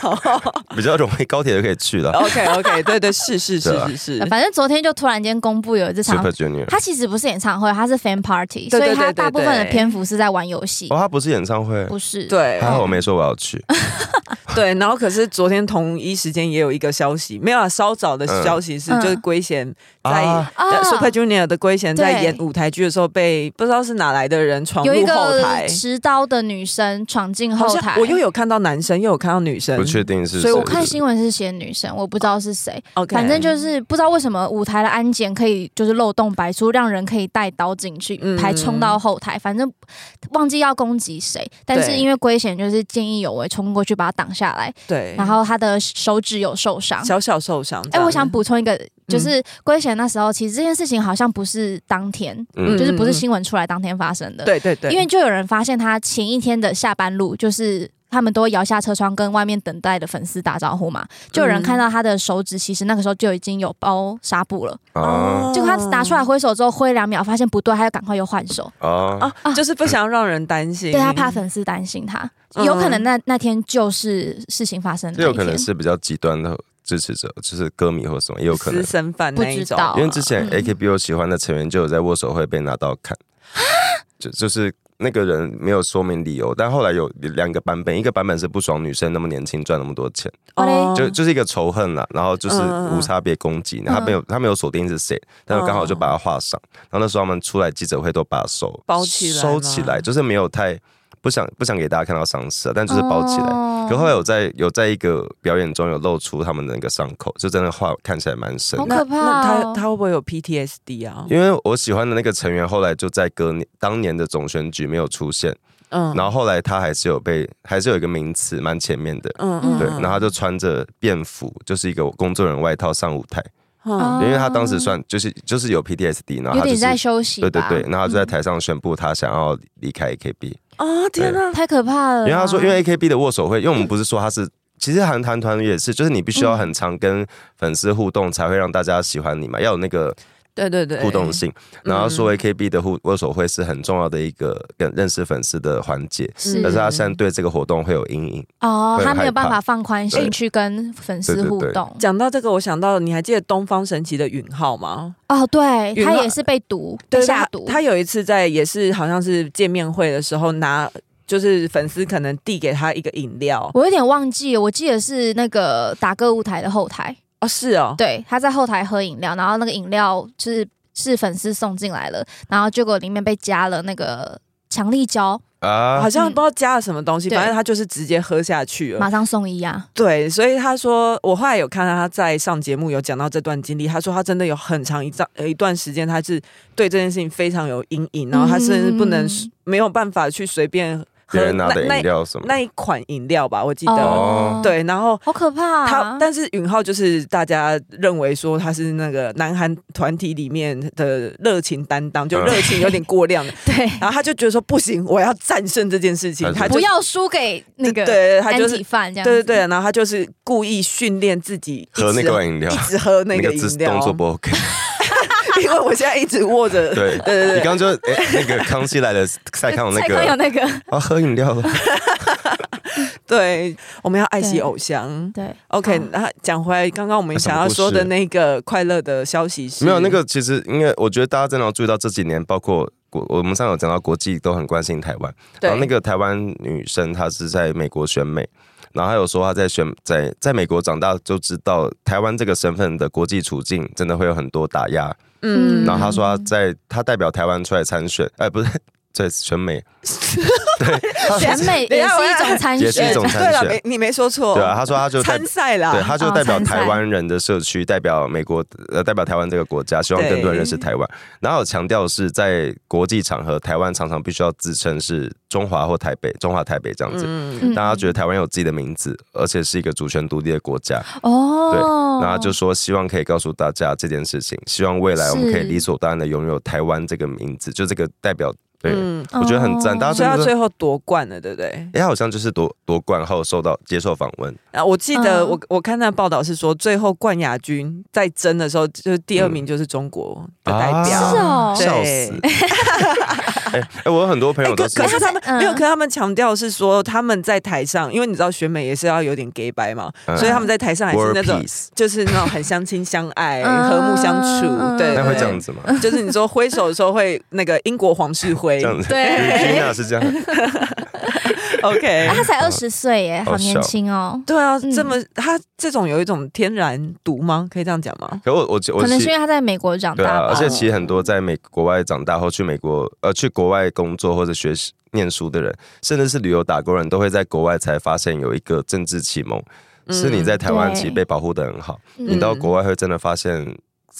Speaker 3: 啊、 比较容易，高铁就可以去
Speaker 2: 哦
Speaker 3: 了。
Speaker 1: OK OK，对对是是是
Speaker 3: 对啊
Speaker 1: 是
Speaker 2: 呃
Speaker 1: 是，
Speaker 2: 反正昨天就突然间公布有这场
Speaker 3: Super。Junior，
Speaker 2: 它其实不是演唱会，它是 fan
Speaker 1: 对
Speaker 2: party，所
Speaker 1: 对
Speaker 2: 以它
Speaker 1: 对对
Speaker 2: 大部分的
Speaker 1: 对
Speaker 2: 篇幅是在玩游戏
Speaker 3: 哦，，他不是演唱会，
Speaker 2: 不是。嗯
Speaker 1: 对
Speaker 3: 还好我没说我要去。
Speaker 1: 对。然后可是昨天同一时间也有一个消息，没有啊，稍早的
Speaker 3: 嗯
Speaker 1: 消息是就是龟贤在
Speaker 3: 啊，
Speaker 2: 啊
Speaker 1: Super Junior 的龟贤在
Speaker 2: 对
Speaker 1: 演舞台剧的时候被不知道是哪来的人闯
Speaker 2: 有一
Speaker 1: 入后
Speaker 2: 个
Speaker 1: 台，
Speaker 2: 持刀的女生闯进
Speaker 1: 好
Speaker 2: 后台
Speaker 1: 像，我又有看到男生又有看到女生，
Speaker 3: 不确定是谁。
Speaker 2: 嗯所以我看新闻是写女生，我不知道是谁。
Speaker 1: OK，
Speaker 2: 反正就是不知道为什么舞台的安检可以就是漏洞百出，让人可以带刀进去，
Speaker 1: 嗯
Speaker 2: 还冲到后台，反正忘记要攻击谁，但是
Speaker 1: 对
Speaker 2: 因为龟贤就是见义勇为冲过去把他挡下来，
Speaker 1: 对，
Speaker 2: 然后他的手指有受伤。
Speaker 1: 小小受伤。嗯
Speaker 2: 哎、
Speaker 1: 这样
Speaker 2: 我想补充一个，就是龟贤那时候其实这件事情好像不是当天，
Speaker 3: 嗯
Speaker 2: 就是不是
Speaker 1: 嗯
Speaker 2: 新闻出来当天发生的，
Speaker 1: 对对对，
Speaker 2: 因为就有人发现他前一天的下班路就是他们都会摇下车窗跟外面等待的粉丝打招呼嘛，
Speaker 3: 嗯
Speaker 2: 就有人看到他的手指，其实那个时候就已经有包纱布了。
Speaker 3: 啊
Speaker 2: 就他拿出来挥手之后，挥两秒，发现不对，他就赶快又换手。哦
Speaker 3: 啊，
Speaker 1: 啊，就是不想让人担心，
Speaker 2: 对他怕粉丝担心他，
Speaker 1: 嗯
Speaker 2: 有可能那那天就是事情发生的
Speaker 3: 这
Speaker 2: 那
Speaker 3: 有
Speaker 2: 一
Speaker 3: 可能
Speaker 2: 天。
Speaker 3: 是比较极端的支持者，就是歌迷或什么，也有可能
Speaker 1: 私。生饭那一
Speaker 2: 不知
Speaker 1: 种，
Speaker 2: 道
Speaker 3: 因为之前
Speaker 2: 嗯
Speaker 3: AKB 我喜欢的成员就有在握手会被拿到看，
Speaker 2: 啊
Speaker 3: 就就是那个人没有说明理由，但后来有两个版本，一个版本是不爽女生那么年轻赚那么多钱，
Speaker 1: 哦
Speaker 3: 就就是一个仇恨啦，然后就是
Speaker 1: 嗯嗯嗯嗯
Speaker 3: 无差别攻击，然后他没有他没有锁定是谁，但是刚好就把他画上，然后那时候他们出来记者会都把手
Speaker 1: 包起来
Speaker 3: 收
Speaker 1: 吗
Speaker 3: 起来，就是没有太不想不想给大家看到伤势啊，但就是包起来。
Speaker 2: 哦
Speaker 3: 可后来有在有在一个表演中有露出他们的那个伤口，就真的画看起来蛮深的
Speaker 2: 好。可怕
Speaker 1: 那
Speaker 2: 哦
Speaker 1: 他他会不会有 PTSD 啊？
Speaker 3: 因为我喜欢的那个成员后来就在隔年当年的总选举没有出现，
Speaker 1: 嗯
Speaker 3: 然后后来他还是有被，还是有一个名次蛮前面的，
Speaker 1: 嗯
Speaker 2: 嗯
Speaker 3: 对，然后他就穿着便服，就是一个工作人员外套上舞台，
Speaker 1: 嗯
Speaker 2: 哦
Speaker 3: 因为他当时算就是就是有 PTSD，然
Speaker 2: 有
Speaker 3: 后他就
Speaker 2: 点在
Speaker 3: 是
Speaker 2: 休息
Speaker 3: 对对
Speaker 2: 吧嗯
Speaker 3: 对，然后他就在台上宣布他想要离开 AKB，
Speaker 1: 啊天哪，
Speaker 2: 嗯太可怕了嗯
Speaker 3: 因
Speaker 2: 啦。
Speaker 3: 为他说因为 AKB 的握手会，因为我们不是说他是。其实韩团团也是，就是你必须要很常跟粉丝互动，才会让大家喜欢你嘛，要有那个
Speaker 1: 对对对，
Speaker 3: 互动性。然后说 AKB 的互握手会是很重要的一个跟认识粉丝的环节，
Speaker 2: 是
Speaker 3: 但是他现在对这个活动会有阴影。
Speaker 2: 哦
Speaker 3: 会，
Speaker 2: 他没有
Speaker 3: 害怕
Speaker 2: 办法放宽心
Speaker 3: 对
Speaker 2: 去跟粉
Speaker 3: 对
Speaker 2: 丝
Speaker 3: 对
Speaker 2: 互
Speaker 3: 对
Speaker 2: 动。
Speaker 1: 讲到这个，我想到你还记得东方神起的允浩吗？
Speaker 2: 哦，对
Speaker 1: 允
Speaker 2: 他
Speaker 1: 浩
Speaker 2: 也是被毒被
Speaker 1: 对，
Speaker 2: 下
Speaker 1: 他
Speaker 2: 毒，
Speaker 1: 他有一次在也是好像是见面会的时候拿，就是粉丝可能递给他一个饮料
Speaker 2: 我有点忘记，我记得是那个打歌舞台的后台，
Speaker 1: 哦，是哦，
Speaker 2: 对，他在后台喝饮料，然后那个饮料就是是粉丝送进来了，然后结果里面被加了那个强力胶，
Speaker 3: 啊
Speaker 1: 好像不知道加了什么东西，
Speaker 2: 嗯对
Speaker 1: 反正他就是直接喝下去了。
Speaker 2: 马上送医啊！
Speaker 1: 对，所以他说，我后来有看到他在上节目有讲到这段经历，他说他真的有很长一段一段时间，他是对这件事情非常有阴影，然后他甚至不能、
Speaker 2: 嗯
Speaker 1: 没有办法去随便
Speaker 3: 别
Speaker 1: 喝
Speaker 3: 人拿
Speaker 1: 那
Speaker 3: 的饮
Speaker 1: 那
Speaker 3: 料什么
Speaker 1: 那一啊款饮料吧，我记得。
Speaker 3: 哦
Speaker 1: 对，然后
Speaker 2: 好可怕、
Speaker 1: 他
Speaker 2: 啊！，
Speaker 1: 但是允浩就是大家认为说他是那个南韩团体里面的热情担当，就
Speaker 3: 嗯
Speaker 1: 热情有点过 量的，
Speaker 2: 对，
Speaker 1: 然后他就觉得说不行，我要战胜这件事情，
Speaker 3: 他
Speaker 1: 他
Speaker 3: 就
Speaker 1: 就
Speaker 2: 不要输给那个
Speaker 1: 对，他
Speaker 2: 安
Speaker 1: 就是
Speaker 2: 体饭这样子，
Speaker 1: 对对对，然后他就是故意训练自己一直
Speaker 3: 喝那个饮料
Speaker 1: 一，直喝那个
Speaker 3: 姿
Speaker 1: 饮料
Speaker 3: 动，作不 OK。
Speaker 1: 因为我现在一直握着。
Speaker 3: 对
Speaker 1: 对对
Speaker 3: 你刚刚就哎那个康熙来了，蔡康永那
Speaker 2: 蔡康永
Speaker 3: 个
Speaker 2: 那个，
Speaker 3: 啊喝 饮料了，
Speaker 1: 对，我们要爱惜
Speaker 2: 对哦
Speaker 1: 偶像。
Speaker 2: 对
Speaker 1: OK，
Speaker 2: 好
Speaker 1: 那讲回来，刚刚我们
Speaker 3: 那什么
Speaker 1: 想要
Speaker 3: 故
Speaker 1: 说的
Speaker 3: 事
Speaker 1: 那个快乐的消息是，
Speaker 3: 没有那个其实因为我觉得大家真的要注意到这几年，包括。国我们上次有讲到国际都很关心台湾，
Speaker 1: 对
Speaker 3: 然哦后那个台湾女生她是在美国选美，然后她有说她在选在在美国长大就知道台湾这个身份的国际处境真的会有很多打压，
Speaker 1: 嗯，
Speaker 3: 然后他说他在他代表台湾出来参选，哎、不是。 在选美，
Speaker 2: 选美
Speaker 1: 等一
Speaker 2: 也
Speaker 1: 下
Speaker 2: 是一
Speaker 1: 我要
Speaker 2: 种参
Speaker 3: 也是一
Speaker 2: 选，
Speaker 3: 种参
Speaker 1: 对了，
Speaker 3: 选
Speaker 1: 没你没说错，
Speaker 3: 对啊，他说他就代
Speaker 1: 参啊赛啦，
Speaker 3: 对，他就
Speaker 2: 哦
Speaker 3: 代表
Speaker 2: 参赛
Speaker 3: 台湾人的社区，代表美国，呃，代表台湾这个国家，希望更多人认识台湾。然后有强调是在国际场合，台湾常常必须要自称是中华或台北，中华台北这样子。
Speaker 1: 嗯
Speaker 2: 嗯
Speaker 3: 大家觉得台湾有自己的名字，而且是一个主权独立的国家，
Speaker 2: 哦，
Speaker 3: 然后就说希望可以告诉大家这件事情，希望未来我们可以
Speaker 2: 是
Speaker 3: 理所当然的拥有台湾这个名字，就这个代表。对，
Speaker 1: 嗯，
Speaker 3: 我觉得很赞，
Speaker 2: 哦
Speaker 3: 大家
Speaker 1: 所
Speaker 3: 真
Speaker 1: 以
Speaker 3: 的
Speaker 1: 他
Speaker 3: 都
Speaker 1: 最后夺冠了，对不对？
Speaker 3: 哎，他好像就是夺夺冠后受到接受访问，
Speaker 1: 啊，我记得
Speaker 2: 嗯
Speaker 1: 我我看那报道是说，最后冠亚军在争的时候，就是第二名就是中国的代表。
Speaker 3: 啊
Speaker 2: 是哦
Speaker 1: 对
Speaker 3: 笑 死！哎、哎我有很多朋
Speaker 1: 哎
Speaker 3: 友
Speaker 1: 可
Speaker 3: 都是
Speaker 1: 可，是他们
Speaker 2: 哎他在嗯
Speaker 1: 没有，可是他们强调是说他们在台上，因为你知道选美也是要有点 gay 白嘛，
Speaker 3: 嗯
Speaker 1: 所以他们在台上还是
Speaker 3: World
Speaker 1: 那种
Speaker 3: Peace，
Speaker 1: 就是那种很相亲相爱、
Speaker 2: 嗯
Speaker 1: 和睦相
Speaker 2: 嗯
Speaker 1: 处。对，
Speaker 3: 那会这
Speaker 1: 对
Speaker 3: 样子吗？
Speaker 1: 就是你说挥手的时候会那个英国皇室挥
Speaker 3: 这样子，君
Speaker 2: 对。
Speaker 3: 娜是这样，
Speaker 1: ，OK
Speaker 2: 啊、。他才二十岁耶，
Speaker 3: 嗯好
Speaker 2: 好年
Speaker 3: 小
Speaker 2: 轻哦。
Speaker 1: 对啊，
Speaker 2: 嗯
Speaker 1: 这么他这种有一种天然毒吗？可以这样讲
Speaker 2: 哦
Speaker 1: 吗？
Speaker 3: 可我我我
Speaker 2: 可能
Speaker 3: 其
Speaker 2: 是因为他在美国长
Speaker 3: 对
Speaker 2: 大
Speaker 3: 啊，
Speaker 2: 吧，
Speaker 3: 而且其实很多在美国外长大后去美国呃去国外工作或者学习念书的人，甚至是旅游打工人都会在国外才发现有一个政治启蒙，是你在台湾其实
Speaker 2: 嗯对
Speaker 3: 被保护的很好。
Speaker 2: 嗯
Speaker 3: 你到国外会真的发现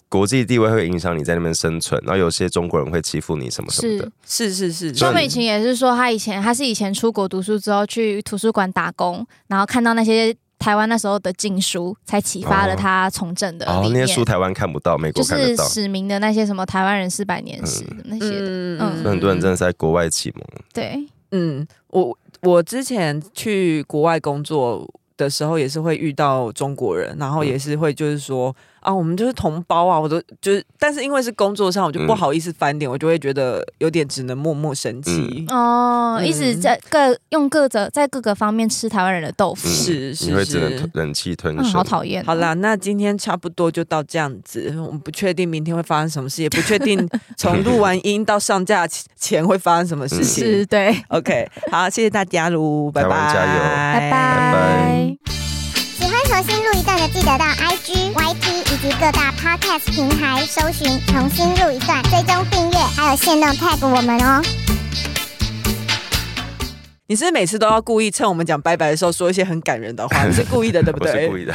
Speaker 3: 国际地位会影响你在那边生存，然后有些中国人会欺负你什么什么的
Speaker 2: 是。
Speaker 1: 是是是，
Speaker 3: 所
Speaker 2: 肖
Speaker 3: 以
Speaker 2: 美琴也是说，她以前她是以前出国读书之后去图书馆打工，然后看到那些台湾那时候的禁书，才启发了她从政的
Speaker 3: 哦，
Speaker 2: 理
Speaker 3: 那
Speaker 2: 念。
Speaker 3: 些书台湾看不到，美
Speaker 2: 就
Speaker 3: 国看得
Speaker 2: 是
Speaker 3: 到，
Speaker 2: 史明的那些什么台湾人四百年史那些的，
Speaker 1: 嗯
Speaker 2: 嗯
Speaker 3: 所以很多人真的是在国外启蒙。
Speaker 2: 对，
Speaker 1: 嗯，我我之前去国外工作的时候，也是会遇到中国人，然
Speaker 3: 嗯
Speaker 1: 后也是会就是说、啊，我们就是同胞啊，我都就是，但是因为是工作上，我就不
Speaker 3: 嗯
Speaker 1: 好意思翻脸，我就会觉得有点只能默默生
Speaker 3: 嗯
Speaker 1: 气。
Speaker 2: 哦，一直
Speaker 1: 嗯
Speaker 2: 在各用各个在各个方面吃台湾人的豆腐，
Speaker 1: 是是
Speaker 3: 你会只能
Speaker 1: 是
Speaker 3: 吞。忍气吞
Speaker 2: 嗯，
Speaker 3: 声。
Speaker 2: 好讨厌。
Speaker 1: 好，啦，那今天差不多就到这样子。我们不确定明天会发生什么事，也不确定 从录完音到上架前会发生什么事情。
Speaker 2: 是对，
Speaker 1: OK，好，谢谢大家喽，拜
Speaker 3: 台
Speaker 1: 拜，
Speaker 3: 湾加油
Speaker 2: 拜
Speaker 3: 拜
Speaker 2: 拜。
Speaker 4: 喜欢重新录一段的，记得到 IG、YT 以及各大 Podcast 平台搜寻“重新录一段”，追踪订阅，还有限定 tag 我们哦。
Speaker 1: 你是不是每次都要故意趁我们讲拜拜的时候说一些很感人的话，你是故意的，对不
Speaker 3: 我是
Speaker 1: 对？
Speaker 3: 故意的。